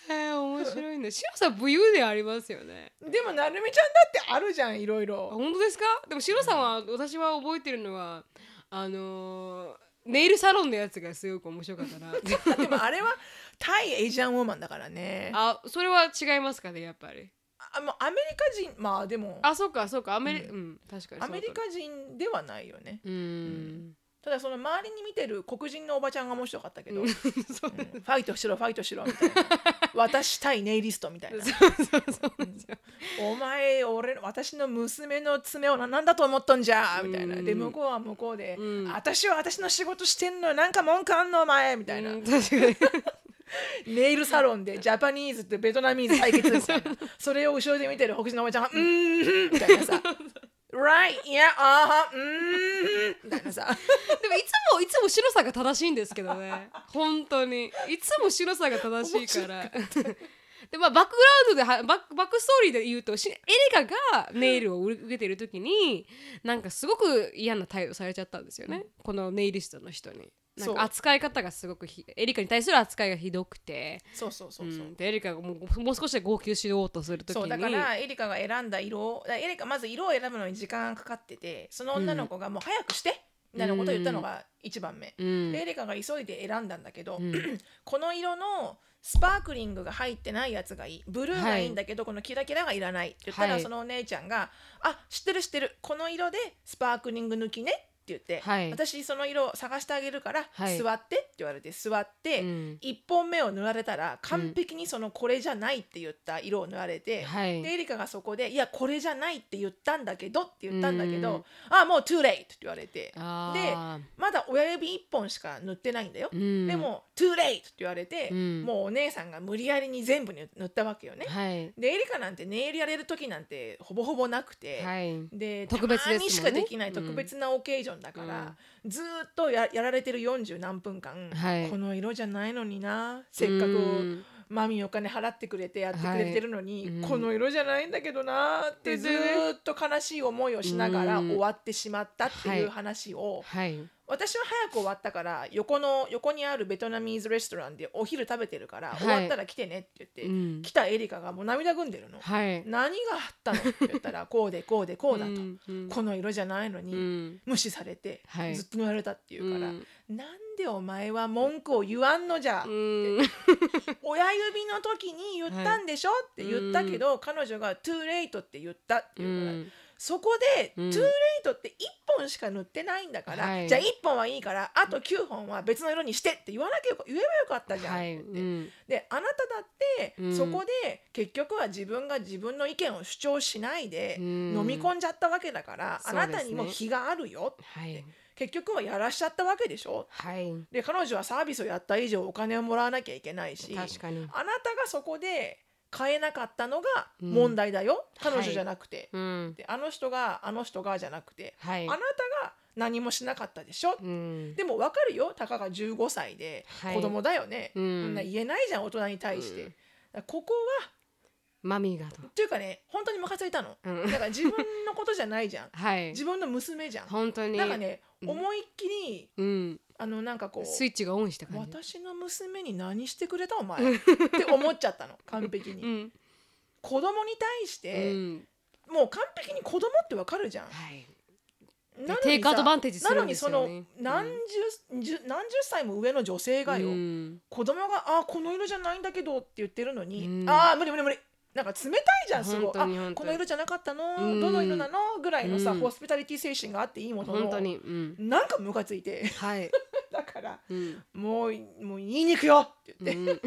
Speaker 1: えー面白いねシロさん武勇でありますよね
Speaker 2: でもなるみちゃんだってあるじゃんいろい
Speaker 1: あ
Speaker 2: ろ
Speaker 1: 本当ですかでもシロさんは私は覚えてるのはあのーネイルサロンのやつがすごく面白かったな
Speaker 2: でもあれは対エイジアンウォーマンだからね
Speaker 1: あそれは違いますかねやっぱり
Speaker 2: あもうアメリカ人まあでも
Speaker 1: あそうかそうかアメリ,、うん確かに
Speaker 2: アメリ
Speaker 1: そうだ
Speaker 2: カ人ではないよね
Speaker 1: うーん
Speaker 2: ただその周りに見てる黒人のおばちゃんが面白かったけど、うんフ
Speaker 1: そう
Speaker 2: ァイトしろファイトしろみ たいな私対ネイリストみたいなお前俺の私の娘の爪をななんだと思っとんじゃみたいなで
Speaker 1: うん
Speaker 2: 向こうは向こうで、
Speaker 1: うん
Speaker 2: 私は私の仕事してんのよなんか文句あんのお前みたいな、
Speaker 1: うん確かに
Speaker 2: ネイルサロンでジャパニーズとベトナミーズ対決み たいなそれを後ろで見てる黒人のおばちゃんが「うーん」みたいなさ「right yeah あーはうーん」みたいなさ
Speaker 1: でもいつも いつも白さが正しいんですけどね本当にいつも白さが正しいから。でまあ、バックグラウンドではバックバックストーリーで言うとしエレカがネイルを受受けてる時になんかすごく嫌な態度されちゃったんですよねこのネイリストの人に。なん
Speaker 2: そう
Speaker 1: か扱い方がすごくひエリカに対する扱いがひどくて
Speaker 2: そうそうそうそう、
Speaker 1: うんでエリカがもうもう少しで号泣しようとする時に
Speaker 2: そうだからエリカが選んだ色をだからエリカまず色を選ぶのに時間がかかっててその女の子が「もう早くして」みたいなことを言ったのが1番目、
Speaker 1: うん
Speaker 2: でエリカが急いで選んだんだけど、
Speaker 1: うん
Speaker 2: この色のスパークリングが入ってないやつがいいブルーがいいんだけど、このキラキラがいらないって言ったら、
Speaker 1: はい
Speaker 2: そのお姉ちゃんが「あ知ってる知ってるこの色でスパークリング抜きね」って言って、
Speaker 1: はい
Speaker 2: 私その色を探してあげるから、
Speaker 1: はい
Speaker 2: 座ってって言われて座って、
Speaker 1: うん
Speaker 2: 1本目を塗られたら完璧にそのこれじゃないって言った色を塗られて、
Speaker 1: はい
Speaker 2: でエリカがそこで「いやこれじゃないって言ったんだけど」って言ったんだけ
Speaker 1: う
Speaker 2: ど
Speaker 1: ん
Speaker 2: 「あもう too late」って言われて
Speaker 1: あ
Speaker 2: まだ親指1本しか塗ってないんだよ
Speaker 1: ー、うん
Speaker 2: でも「too late」って言われて、
Speaker 1: うん
Speaker 2: もうお姉さんが無理やりに全部塗ったわけよね。
Speaker 1: はい
Speaker 2: でエリカなんてネイルやれる時なんてほぼほぼなくて、
Speaker 1: はい
Speaker 2: で
Speaker 1: 特別
Speaker 2: た
Speaker 1: ですもん
Speaker 2: ま
Speaker 1: ね
Speaker 2: にしかできない
Speaker 1: うん
Speaker 2: 特別なオケージョンだから、ずーっとややられてる40何分間、
Speaker 1: はい
Speaker 2: この色じゃないのになせっかくマミーお金払ってくれてやってくれてるのに、
Speaker 1: はいうん
Speaker 2: この色じゃないんだけどなーってずーっと悲しい思いをしながら
Speaker 1: うん
Speaker 2: 終わってしまったっていう話を、
Speaker 1: はい
Speaker 2: 私は早く終わったから横の横にあるベトナミーズレストランでお昼食べてるから、
Speaker 1: はい
Speaker 2: 終わったら来てねって言って、
Speaker 1: うん
Speaker 2: 来たエリカがもう涙ぐんでるの。
Speaker 1: はい
Speaker 2: 何があったのって言っ たらこうでこうでこうだと、
Speaker 1: んん
Speaker 2: この色じゃないのに、
Speaker 1: うん
Speaker 2: 無視されて、
Speaker 1: はい
Speaker 2: ずっと言われたっていうから、
Speaker 1: うん
Speaker 2: なんでお前は文句を言わんのじゃ、
Speaker 1: うん
Speaker 2: 親指の時に言ったんでしょ、って言ったけど、彼女が「too late」って言ったって
Speaker 1: う
Speaker 2: いうから、
Speaker 1: ん
Speaker 2: そこで「
Speaker 1: うん
Speaker 2: too late」って1本しか塗ってないんだから、
Speaker 1: はい
Speaker 2: じゃあ1本はいいからあと9本は別の色にしてって言わなきゃよか言えばよかったじゃんっ
Speaker 1: は
Speaker 2: て
Speaker 1: い
Speaker 2: 言って、
Speaker 1: うん
Speaker 2: であなただって、
Speaker 1: うん
Speaker 2: そこで結局は自分が自分の意見を主張しないで、
Speaker 1: うん
Speaker 2: 飲み込んじゃったわけだから、
Speaker 1: そ
Speaker 2: あ
Speaker 1: うです
Speaker 2: な
Speaker 1: ね
Speaker 2: たにも非があるよ
Speaker 1: はい
Speaker 2: 結局はやらしちゃったわけでしょ
Speaker 1: はい
Speaker 2: で彼女はサービスをやった以上お金をもらわなきゃいけないし
Speaker 1: 確かに
Speaker 2: あなたがそこで買えなかったのが
Speaker 1: うん
Speaker 2: 問題だよ、
Speaker 1: はい
Speaker 2: 彼女じゃなくて、
Speaker 1: うん
Speaker 2: であの人があの人がじゃなくて、
Speaker 1: はい
Speaker 2: あなたが何もしなかったでしょ、
Speaker 1: うん
Speaker 2: でも分かるよたかが15歳で
Speaker 1: はい
Speaker 2: 子供だよね、
Speaker 1: うん
Speaker 2: そんな言えないじゃん大人に対して、
Speaker 1: うん
Speaker 2: だからここは
Speaker 1: マミーがと
Speaker 2: っていうかね本当にムカついたの
Speaker 1: うん
Speaker 2: だから自分のことじゃないじゃん
Speaker 1: はい
Speaker 2: 自分の娘じゃん
Speaker 1: 本当に
Speaker 2: なんかね、
Speaker 1: うん
Speaker 2: 思いっきり
Speaker 1: うん
Speaker 2: あのなんかこう
Speaker 1: スイッチがオンした感じ
Speaker 2: 私の娘に何してくれたお前って思っちゃったの完璧に、
Speaker 1: うん
Speaker 2: 子供に対し
Speaker 1: う
Speaker 2: て、
Speaker 1: ん
Speaker 2: もう完璧に子供ってわかるじゃん
Speaker 1: はい
Speaker 2: なのにさ
Speaker 1: テイクアドバンテージす
Speaker 2: な
Speaker 1: る
Speaker 2: の
Speaker 1: んで
Speaker 2: に
Speaker 1: すよね
Speaker 2: その
Speaker 1: うん
Speaker 2: 何十,、十何十歳も上の女性がよ、
Speaker 1: うん
Speaker 2: 子供が「あーこの色じゃないんだけど」って言ってるのに「
Speaker 1: うん
Speaker 2: あー無理無理無理」なんか冷たいじゃんすご
Speaker 1: 本
Speaker 2: い「
Speaker 1: 当に本当
Speaker 2: あ
Speaker 1: に
Speaker 2: この色じゃなかったの、
Speaker 1: うん
Speaker 2: どの色なの?」ぐらいのさ、
Speaker 1: うん
Speaker 2: ホスピタリティ精神があっていいもの
Speaker 1: 本
Speaker 2: の
Speaker 1: 当にうん
Speaker 2: なんかムカついて
Speaker 1: はい
Speaker 2: だから
Speaker 1: うん
Speaker 2: もう「もう言いに行くよ」って
Speaker 1: う
Speaker 2: 言って、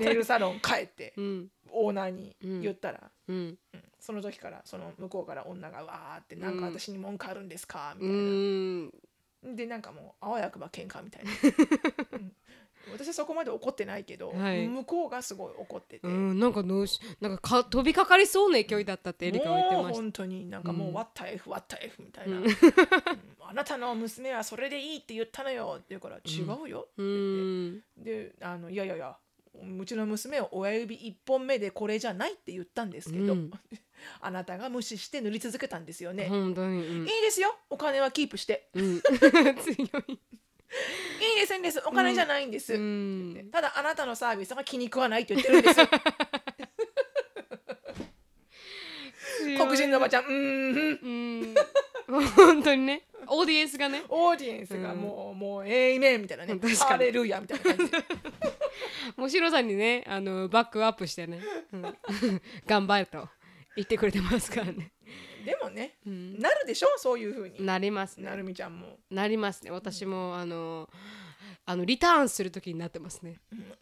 Speaker 1: ん
Speaker 2: ネイルサロン帰って
Speaker 1: うん
Speaker 2: オーナーに言ったら。
Speaker 1: うん
Speaker 2: うんその時からその向こうから女がわーって「なんか私に文句あるんですか?」
Speaker 1: う
Speaker 2: みたいな、
Speaker 1: ん
Speaker 2: でなんかもうあわやくば喧嘩みたいな、うん私はそこまで怒ってないけど、
Speaker 1: はい
Speaker 2: 向こうがすごい怒ってて、
Speaker 1: う
Speaker 2: も
Speaker 1: ん、なんかのしなんかか飛びかかりそうな勢いだったってエリカは言って
Speaker 2: う
Speaker 1: まし
Speaker 2: 本当になんかもう、
Speaker 1: うん
Speaker 2: What the F What the F みたいな、うんあなたの娘はそれでいいって言ったのよって言うから違うよ、
Speaker 1: た。うん、
Speaker 2: であのいやいやいやうちの娘を親指一本目でこれじゃないって言ったんですけど、
Speaker 1: うん
Speaker 2: あなたが無視して塗り続けたんですよね、
Speaker 1: 本当に。うん
Speaker 2: いいですよお金はキープして
Speaker 1: うん 強い。
Speaker 2: いいですいいですお金じゃないんです、
Speaker 1: うん、
Speaker 2: ただあなたのサービスが気に食わないって言ってるんですよ黒人のおばちゃんうーん
Speaker 1: うん、本当にね、オーディエンスがね、
Speaker 2: オーディエンスがもう、もうエイメンみたいなね
Speaker 1: うん確かに
Speaker 2: ハレルヤみたいな感じで
Speaker 1: もうシロさんにね、あのバックアップしてね、うん 頑張れと言ってくれてますからね。
Speaker 2: でもね
Speaker 1: うん、
Speaker 2: なるでしょそういう風に
Speaker 1: なりますね
Speaker 2: な。るみちゃんも
Speaker 1: なりますね。私もあのあのリターンするときになってますね。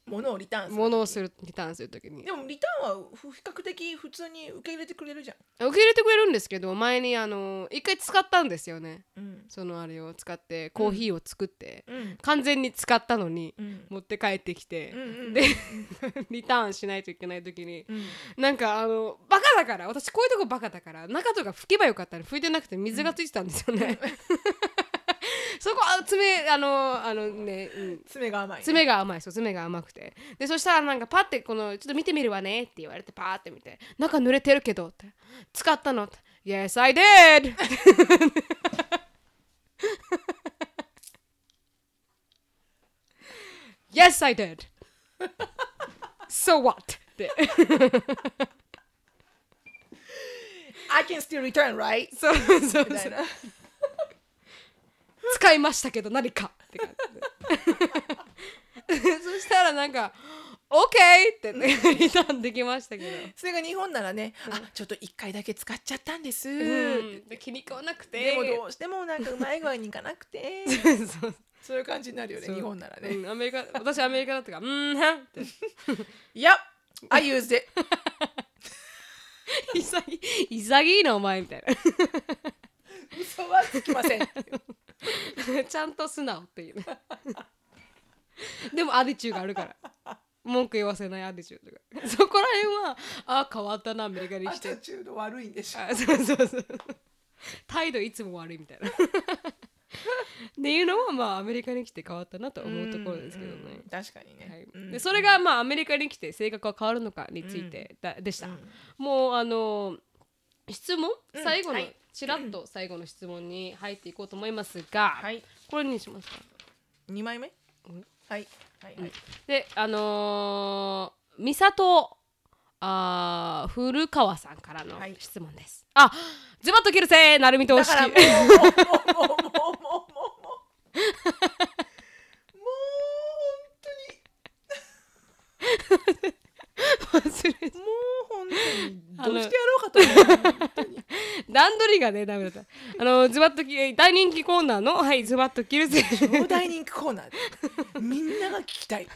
Speaker 2: 物をリターンする
Speaker 1: 物をするリターンするときに
Speaker 2: で。もリターンはふ比較的普通に受け入れてくれるじゃ
Speaker 1: 受け入れてくれるんですけど、前にあの一回使ったんですよね。
Speaker 2: んうん
Speaker 1: そのあれを使ってコーヒーを作って、
Speaker 2: うん
Speaker 1: 完全に使ったのに
Speaker 2: うん
Speaker 1: 持って帰ってきて、
Speaker 2: うん
Speaker 1: で リターンしないといけない時に
Speaker 2: うん
Speaker 1: なんかあのバカだから私こういうとこバカだから中とか拭けばよかったら拭いてなくて水がついてたんですよね。 そこあ爪あのあのね、うん
Speaker 2: 爪が甘いね
Speaker 1: 爪が甘いそう爪が甘くてでそしたらなんかパッてこの「ちょっと見てみるわね」って言われてパーって見て「中濡れてるけど」って「使ったの?」って「Yes I did! 」Yes, I did. So what? って。
Speaker 2: I can still return right
Speaker 1: そうそうそう
Speaker 2: みたいな
Speaker 1: 使いましたけど何かって感じで そしたらなんか「OK!」って、ね、 リターンできましたけど。
Speaker 2: それが日本ならね、あちょっと一回だけ使っちゃったんです、
Speaker 1: うん、で気に食わなくて
Speaker 2: でもどうしてもなんかうまい具合にいかなくて
Speaker 1: そう
Speaker 2: そういう感じになるよね日本ならね、
Speaker 1: うんアメリカ私アメリカだったから「うんはん」って
Speaker 2: いや I used it
Speaker 1: 潔い潔いなお前みたい
Speaker 2: 嘘はつきま せん
Speaker 1: な ちゃんと素直っていうね でもアディチューがあるから文句言わせないアディチューとか そこら辺はあ変わったなアメリカに
Speaker 2: ア
Speaker 1: 来て
Speaker 2: タチュード悪いんでしょ
Speaker 1: あそうそうそう態度いつも悪いみたいな っていうのはまあアメリカに来て変わったなと思うところですけどね、
Speaker 2: うん確かにね、
Speaker 1: はい
Speaker 2: うん
Speaker 1: でそれがまあアメリカに来て性格は変わるのかについてだ、でした、もうあの質問、
Speaker 2: ん
Speaker 1: 最後の、
Speaker 2: はい
Speaker 1: ちらっと最後の質問に入っていこうと思いますが、
Speaker 2: はい
Speaker 1: これにしますか
Speaker 2: 二枚目
Speaker 1: うん
Speaker 2: はいはいはい、
Speaker 1: であのー、美里あー古川さんからの
Speaker 2: はい
Speaker 1: 質問です、あズバッと切るせなるみと
Speaker 2: だ
Speaker 1: お
Speaker 2: からもうもうもうもうもうもうもうもう
Speaker 1: 忘れて
Speaker 2: 本当にもう本当にどうしてやろうかと思った本当に
Speaker 1: 段取りがねダメだったあのズバッとき大人気コーナーのはいズバッと切るぜ
Speaker 2: 超大人気コーナー でみんなが聞きたい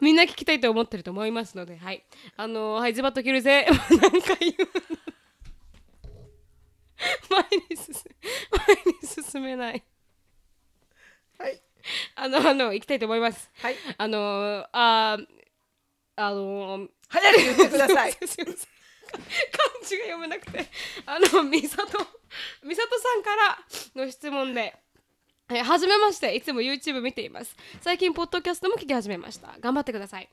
Speaker 1: みんな聞きたいと思ってると思いますので、はい。あのー、はい、ズバッと切るぜ。 何回言うの前に進前に進めない。
Speaker 2: はい
Speaker 1: あの、あの、行きたいと思います。
Speaker 2: はい
Speaker 1: あのー、あー、あのー、
Speaker 2: 早く言ってください
Speaker 1: すいません漢字が読めなくてあの美里美里さんからの質問でえーはじめましていつも YouTube 見ています最近ポッドキャストも聞き始めました頑張ってください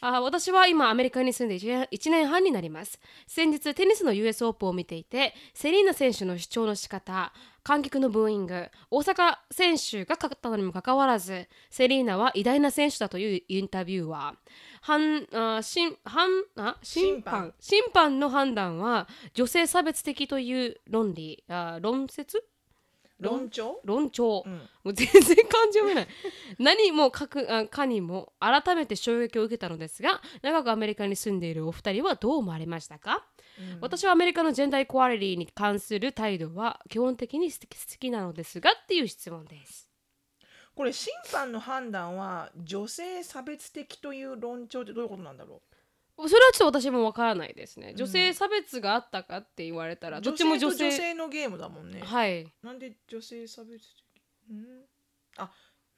Speaker 1: あー私は今アメリカに住んで 1, 年半になります先日テニスの US オープンを見ていてセリーナ選手の主張の仕方観客のブーイング大坂選手が勝ったのにもかかわらずセリーナは偉大な選手だというインタビューは判あしん判あ審
Speaker 2: 審判
Speaker 1: 判審判の判断は女性差別的という論理あ論説
Speaker 2: 論調
Speaker 1: 論調、
Speaker 2: うん
Speaker 1: もう全然感じ読めない何もかくあかにも改めて衝撃を受けたのですが長くアメリカに住んでいるお二人はどう思われましたか、私はアメリカのジェンダーイコアリティに関する態度は基本的に好き好きなのですがっていう質問です
Speaker 2: これ審判の判断は女性差別的という論調ってどういうことなんだろ
Speaker 1: それはちょっと私もわからないですね女性差別があったかって言われたら、
Speaker 2: う
Speaker 1: どっちも女
Speaker 2: と
Speaker 1: 性
Speaker 2: 女性のゲームだもんね、
Speaker 1: はい
Speaker 2: なんで女性差別的うんあ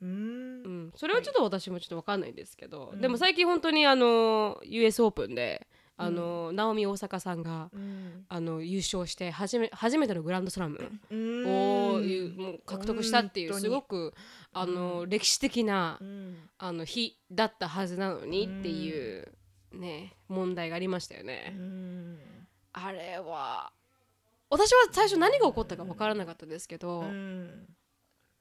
Speaker 2: うーん
Speaker 1: うん、それはちょっと私もちょっとわかんないんですけど、
Speaker 2: うん
Speaker 1: でも最近本当にあの US オープンであの、ナオミ大阪さんが
Speaker 2: うん
Speaker 1: あの優勝して初め初めてのグランドスラム
Speaker 2: うーん
Speaker 1: をいうもう獲得したっていう
Speaker 2: 本当に
Speaker 1: すごくあの歴史的な
Speaker 2: うん
Speaker 1: あの日だったはずなのにっていうね問題がありましたよね。
Speaker 2: うん
Speaker 1: あれは私は最初何が起こったか分からなかったですけど、
Speaker 2: うん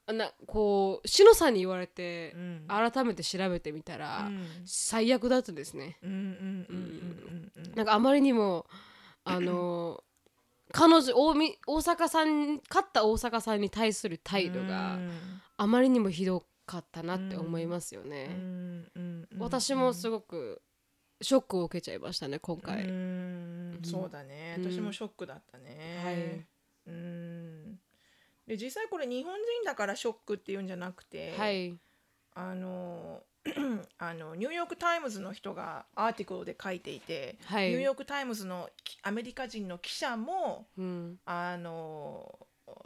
Speaker 1: なこう志乃さんに言われて
Speaker 2: うん
Speaker 1: 改めて調べてみたら、
Speaker 2: うん
Speaker 1: 最悪だったですね。
Speaker 2: うんうんうんうんうん
Speaker 1: なんかあまりにもあの彼女大み大阪さん勝った大阪さんに対する態度があまりにもひどかったなって思いますよ
Speaker 2: う
Speaker 1: ね。
Speaker 2: んうんうん
Speaker 1: 私もす
Speaker 2: ご
Speaker 1: ごくショックを受けちゃいましたね今回。
Speaker 2: うんそうだね
Speaker 1: うん
Speaker 2: 私もショックだったねうんで実際これ日本人だからショックっていうんじゃなくて
Speaker 1: はい、
Speaker 2: あの あのニューヨーク・タイムズの人がアーティクルで書いていて、
Speaker 1: はい
Speaker 2: ニューヨーク・タイムズのきアメリカ人の記者も
Speaker 1: うん、
Speaker 2: あの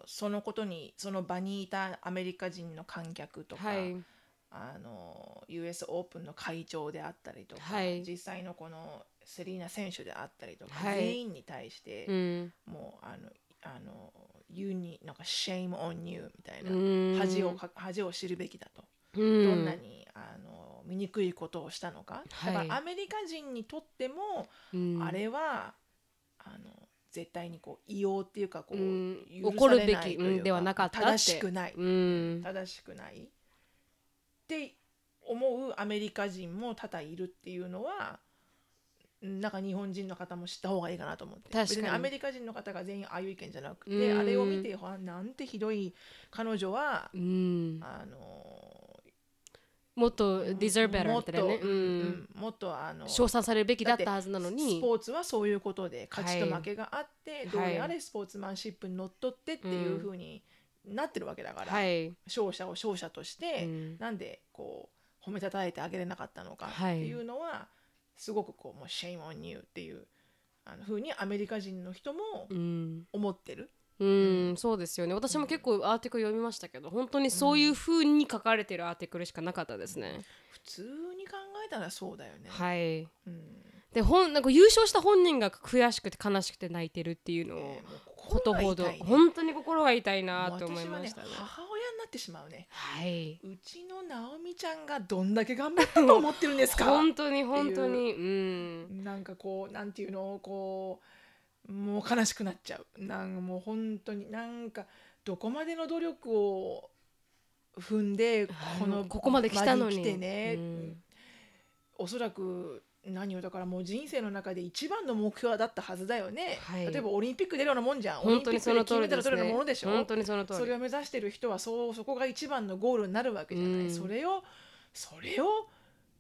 Speaker 2: そのことにその場にいたアメリカ人の観客とか、
Speaker 1: はい、
Speaker 2: あの US オープンの会長であったりとか、
Speaker 1: はい
Speaker 2: 実際のこのセリーナ選手であったりとか、
Speaker 1: はい
Speaker 2: 全員に対して、
Speaker 1: うん、
Speaker 2: もうあのあの You need なんか shame on you みたいな、
Speaker 1: うん
Speaker 2: 恥をか恥を知るべきだと。
Speaker 1: うん
Speaker 2: どんなにあの醜いことをしたのか、
Speaker 1: はい
Speaker 2: だからアメリカ人にとっても、
Speaker 1: うん
Speaker 2: あれはあの絶対にこう異様っていうかこう、
Speaker 1: うん
Speaker 2: 許
Speaker 1: 怒
Speaker 2: さ
Speaker 1: る
Speaker 2: れ
Speaker 1: べき
Speaker 2: ないという
Speaker 1: うんではなかったって
Speaker 2: 正しくない、
Speaker 1: うん
Speaker 2: 正しくないって思うアメリカ人も多々いるっていうのはうんなんか日本人の方も知った方がいいかなと思って
Speaker 1: 確かに
Speaker 2: 別にアメリカ人の方が全員ああいう意見じゃなくて
Speaker 1: うん
Speaker 2: あれを見てほらなんてひどい彼女は
Speaker 1: うん、
Speaker 2: あの
Speaker 1: もっと deserve better
Speaker 2: もっ
Speaker 1: って
Speaker 2: と、
Speaker 1: ね、うん
Speaker 2: うんもっとあの
Speaker 1: 称賛されるべきだったはずなの
Speaker 2: ス
Speaker 1: に
Speaker 2: ポーツはそういうことで勝ちと
Speaker 1: はい
Speaker 2: 負けがあって、
Speaker 1: い
Speaker 2: どうであれスポーツマンシップにのっとってっていうふうになってるわけだから、
Speaker 1: はい、
Speaker 2: 勝者を勝者として、
Speaker 1: うん
Speaker 2: なんでこう褒めたたえてあげれなかったのかっ
Speaker 1: はい
Speaker 2: ていうのは、すごくこうもう「shame on you」っていうあのふうにアメリカ人の人も
Speaker 1: うん
Speaker 2: 思ってる。
Speaker 1: うん、そうですよね私も結構アーティクル読みましたけど本当にそういう風に書かれてるアーティクルしかなかったですね、
Speaker 2: 普通に考えたらそうだよね。
Speaker 1: はい
Speaker 2: うん
Speaker 1: で本なんか優勝した本人が悔しくて悲しくて泣いてるっていうのを
Speaker 2: ねもう
Speaker 1: こ
Speaker 2: 心
Speaker 1: と
Speaker 2: が
Speaker 1: ほ
Speaker 2: 痛
Speaker 1: ど、
Speaker 2: いね
Speaker 1: 本当に心が痛いなと思いましたね
Speaker 2: 私はね母親になってしまうね。
Speaker 1: はい
Speaker 2: うんうちの直美ちゃんがどんだけ頑張ったと思ってるんですか
Speaker 1: 本当に本当にうん
Speaker 2: なんかこうなんていうのこうもう悲しくなっちゃうなんかもう本当になんかどこまでの努力を踏んで
Speaker 1: はい
Speaker 2: この
Speaker 1: ここまで来たのに
Speaker 2: 場来てね、
Speaker 1: うん
Speaker 2: おそらく何をだからもう人生の中で一番の目標だったはずだよね、
Speaker 1: はい
Speaker 2: 例えばオリンピック出るようなもんじゃん
Speaker 1: 本当にその通
Speaker 2: オリ
Speaker 1: り
Speaker 2: ンピッ
Speaker 1: で
Speaker 2: クで金
Speaker 1: すね
Speaker 2: メダル取れるようなものでしょ
Speaker 1: 本当にその通
Speaker 2: そ
Speaker 1: り
Speaker 2: れを目指してる人はそうそこが一番のゴールになるわけじゃない、
Speaker 1: うん
Speaker 2: それをそれを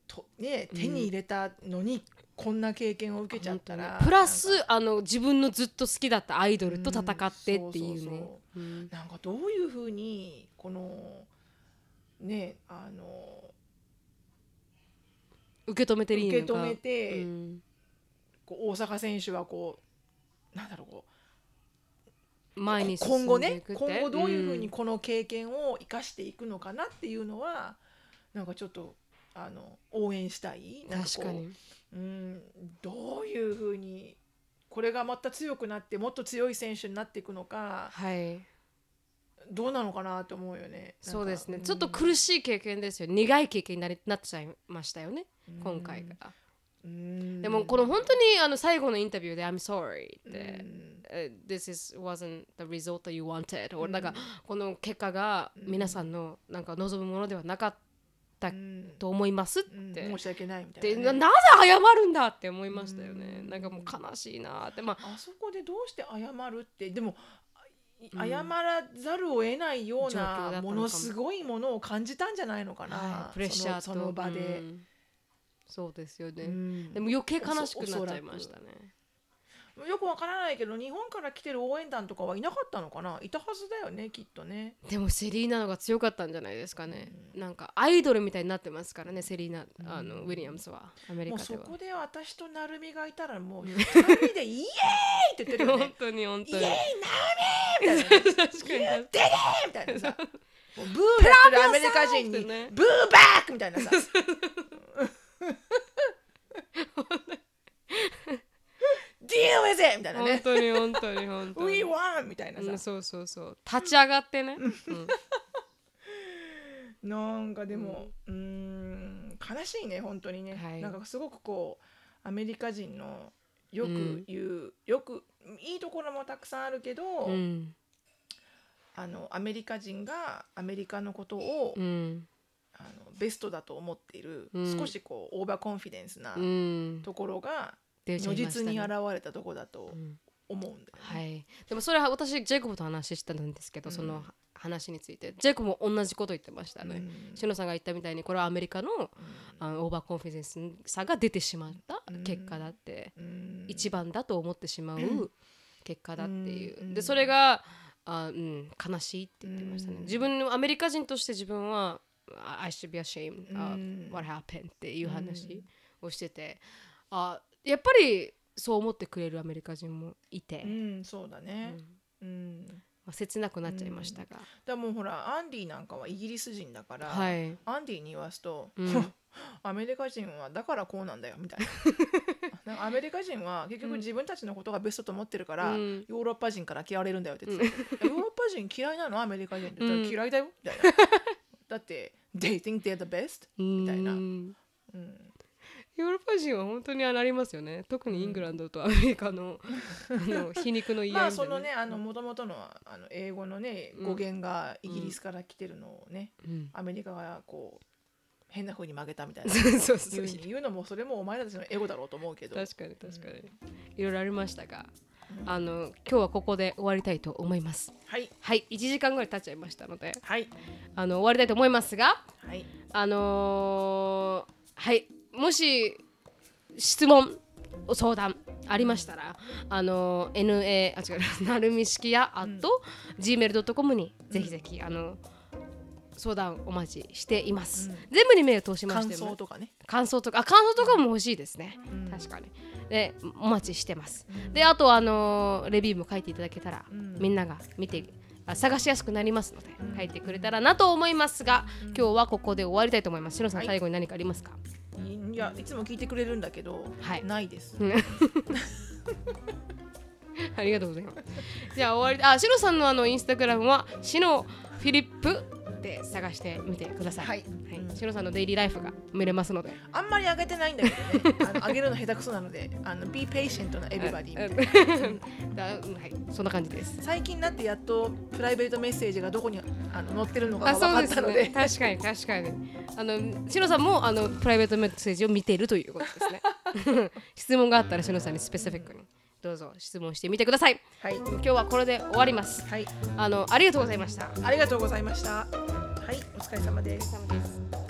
Speaker 2: と、ね、手に入れたのに、こんな経験を受けちゃったら
Speaker 1: 本当にプラ
Speaker 2: なんか
Speaker 1: スあの自分のずっと好きだったアイドルと戦ってってい
Speaker 2: うんそううそう
Speaker 1: ねう
Speaker 2: そ
Speaker 1: ん
Speaker 2: なんかどういうふうにこのねあの
Speaker 1: 受け止めてる
Speaker 2: 受
Speaker 1: の
Speaker 2: け
Speaker 1: か
Speaker 2: 止めて、
Speaker 1: うん
Speaker 2: こう大坂選手はこうなんだろうこう
Speaker 1: 前に進
Speaker 2: 今
Speaker 1: ん
Speaker 2: 後
Speaker 1: でい
Speaker 2: ね
Speaker 1: くって
Speaker 2: 今後どういうふうにこの経験を生かしていくのかなっていうのは、なんかちょっとあの応援したい
Speaker 1: うん
Speaker 2: なんこ
Speaker 1: 確
Speaker 2: う
Speaker 1: かに
Speaker 2: うん、どういうふうにこれがまた強くなってもっと強い選手になっていくのか
Speaker 1: はい
Speaker 2: どうなのかなと思うよね。なんか
Speaker 1: そうですねちょっと苦しい経験ですよ苦い経験になりなっちゃいましたよね
Speaker 2: うん
Speaker 1: 今回が
Speaker 2: うん
Speaker 1: でもこの本当にあの最後のインタビューで「I'm sorry」
Speaker 2: う
Speaker 1: っ
Speaker 2: ん
Speaker 1: て Uh, This is wasn't the result that you wanted、or なんか
Speaker 2: うん
Speaker 1: この結果が皆さんのなんか望むものではなかったと思いますって、
Speaker 2: うん
Speaker 1: で
Speaker 2: 申し訳ないみたい
Speaker 1: な
Speaker 2: なね、
Speaker 1: なぜ謝るんだって思いましたよね、
Speaker 2: うん
Speaker 1: なんかもう悲しいなってまあ
Speaker 2: あそこでどうして謝るってでもい
Speaker 1: うん
Speaker 2: 謝らざるを得ないよう
Speaker 1: 状況だったの
Speaker 2: な
Speaker 1: かも
Speaker 2: ものすごいものを感じたんじゃないのかな、
Speaker 1: はいプレッシャーと
Speaker 2: そのその場で
Speaker 1: う、んそうですよね、
Speaker 2: うん
Speaker 1: でも余計悲しくなっちゃいましたね
Speaker 2: よくわからないけど日本から来てる応援団とかはいなかったのかないたはずだよねきっとね
Speaker 1: でもセリーナのが強かったんじゃないですかね、なんかアイドルみたいになってますからねセリーナあの、ウィリアムスはアメリ
Speaker 2: もう
Speaker 1: カで
Speaker 2: そ
Speaker 1: は
Speaker 2: こで私となるみがいたらもう二人で「イエーイ!」って言ってるよ
Speaker 1: 本
Speaker 2: ね
Speaker 1: 当に本
Speaker 2: 「イ
Speaker 1: 当
Speaker 2: エーイ
Speaker 1: に
Speaker 2: なるみ!」みたいな
Speaker 1: 確かに
Speaker 2: 「デデー!」みたいなさもうブーやってるアメリカ人
Speaker 1: プラブさんって
Speaker 2: に
Speaker 1: ね
Speaker 2: 「ブーバック!」みた いなさ 「Deal with it!」みたいな
Speaker 1: 本
Speaker 2: ね
Speaker 1: 当に本当に本
Speaker 2: 「
Speaker 1: 当に
Speaker 2: We won!」みたいなさ
Speaker 1: うんそうそうそう立ち上がってね、うん
Speaker 2: なんかでも、うーん、悲しいね本当にね、
Speaker 1: はい
Speaker 2: なんかすごくこうアメリカ人のよ
Speaker 1: うん
Speaker 2: く言う、よくいいところもたくさんあるけど、
Speaker 1: うん
Speaker 2: あのアメリカ人がアメリカのことを、
Speaker 1: うん
Speaker 2: あのベストだと思っている、
Speaker 1: うん
Speaker 2: 少しこうオーバーコンフィデンスな
Speaker 1: うん
Speaker 2: ところが、
Speaker 1: 出ちゃ
Speaker 2: 如
Speaker 1: いました
Speaker 2: 実
Speaker 1: ね
Speaker 2: に現れたとこだと
Speaker 1: うん
Speaker 2: 思うんだよね。
Speaker 1: はい、でもそれは私ジェイコブと話したんですけど、
Speaker 2: うん
Speaker 1: その話についてジェイコブも同じこと言ってました
Speaker 2: う
Speaker 1: ね。
Speaker 2: ん
Speaker 1: シ、ノ、さんが言ったみたいにこれはアメリカのあのオーバーコンフィデンスさが出てしまった結果だって、
Speaker 2: うん
Speaker 1: 一番だと思ってしまうう結果だっていう、
Speaker 2: うん
Speaker 1: でそれがあ、うん、悲しいって言ってましたね、
Speaker 2: うん
Speaker 1: 自分のアメリカ人として自分はあ I should be ashamed
Speaker 2: う
Speaker 1: of
Speaker 2: ん
Speaker 1: what happened っていう
Speaker 2: う
Speaker 1: 話
Speaker 2: ん
Speaker 1: をしてて、あやっぱりそう思ってくれるアメリカ人もいて、
Speaker 2: うん、そうだ
Speaker 1: う
Speaker 2: ね。
Speaker 1: ん
Speaker 2: うん、だか
Speaker 1: まあ、切なくなっちゃいましたが、
Speaker 2: らもうほらアンディなんかはイギリス人だから、
Speaker 1: はい
Speaker 2: アンディに言わすと、
Speaker 1: うん
Speaker 2: アメリカ人はだからこうなんだよみ たいななんかアメリカ人は結局自分たちのことがベストと思ってるから、
Speaker 1: うん
Speaker 2: ヨーロッパ人から嫌われるんだよって言ってた、ヨーロッパ人嫌いなのアメリカ人って言った
Speaker 1: うん
Speaker 2: ら嫌いだよみ たいなだって they think they're the best、
Speaker 1: み
Speaker 2: たいな
Speaker 1: うん
Speaker 2: うん、
Speaker 1: ヨーロッパ人は本当にあなりますよね特にイングランドとアメリカ のあの皮肉の言い合い
Speaker 2: まあ
Speaker 1: みた
Speaker 2: そ
Speaker 1: いな
Speaker 2: のねあの元々のあの英語のね語源がイギリスから来てるのをね、
Speaker 1: うん
Speaker 2: アメリカがこう変な風に曲げたみたいな
Speaker 1: そうそ
Speaker 2: 言
Speaker 1: う
Speaker 2: う言うのもそれもお前たちのエゴだろうと思うけど
Speaker 1: 確かに確かに、いろいろありましたがあの今日はここで終わりたいと思います
Speaker 2: はい
Speaker 1: はい1時間ぐらい経っちゃいましたので
Speaker 2: はい
Speaker 1: あの終わりたいと思いますが
Speaker 2: はい
Speaker 1: あのーはいもし質問相談ありましたら、あのー NA あ違う なるみ式やあと、gmail.com にぜひぜひ、あの相談お待ちしています、
Speaker 2: うん
Speaker 1: 全部に目を通しまし
Speaker 2: 感
Speaker 1: て
Speaker 2: 想とかね
Speaker 1: 感想とかあ感想とかも欲しいですね、
Speaker 2: うん
Speaker 1: 確かにでお待ちしてます、
Speaker 2: うん
Speaker 1: であとあのーレビューも書いていただけたら、
Speaker 2: うん
Speaker 1: みんなが見てあ探しやすくなりますので
Speaker 2: うん
Speaker 1: 書いてくれたらなと思いますが、
Speaker 2: うん
Speaker 1: 今日はここで終わりたいと思いますしのさん、
Speaker 2: はい
Speaker 1: 最後に何かありますか
Speaker 2: いやいつも聞いてくれるんだけど、
Speaker 1: はい
Speaker 2: ないです。
Speaker 1: ありがとうございますじゃあ終わりあしのさんのあのインスタグラムはしのフィリップで探してみてください、
Speaker 2: はい
Speaker 1: はい、しのさんのデイリーライフが見れますので
Speaker 2: あんまり上げてないんだけど ね。あの上げるの下手くそなので、あの be patient な everybody みたいな。
Speaker 1: うん だうんはいそんな感じです
Speaker 2: 最近になってやっとプライベートメッセージがどこにあの載ってるのか
Speaker 1: あ
Speaker 2: が分
Speaker 1: そう
Speaker 2: かっ
Speaker 1: で
Speaker 2: た
Speaker 1: す
Speaker 2: の
Speaker 1: ね
Speaker 2: で、
Speaker 1: 確かに確かにあのしのさんもあのプライベートメッセージを見ているということですね質問があったらしのさんにスペシフィックにどうぞ質問してみてください
Speaker 2: はい
Speaker 1: 今日はこれで終わります
Speaker 2: はい、
Speaker 1: あのありがとうございました
Speaker 2: ありがとうございました。はい、お疲れ様です。
Speaker 1: お疲れ様です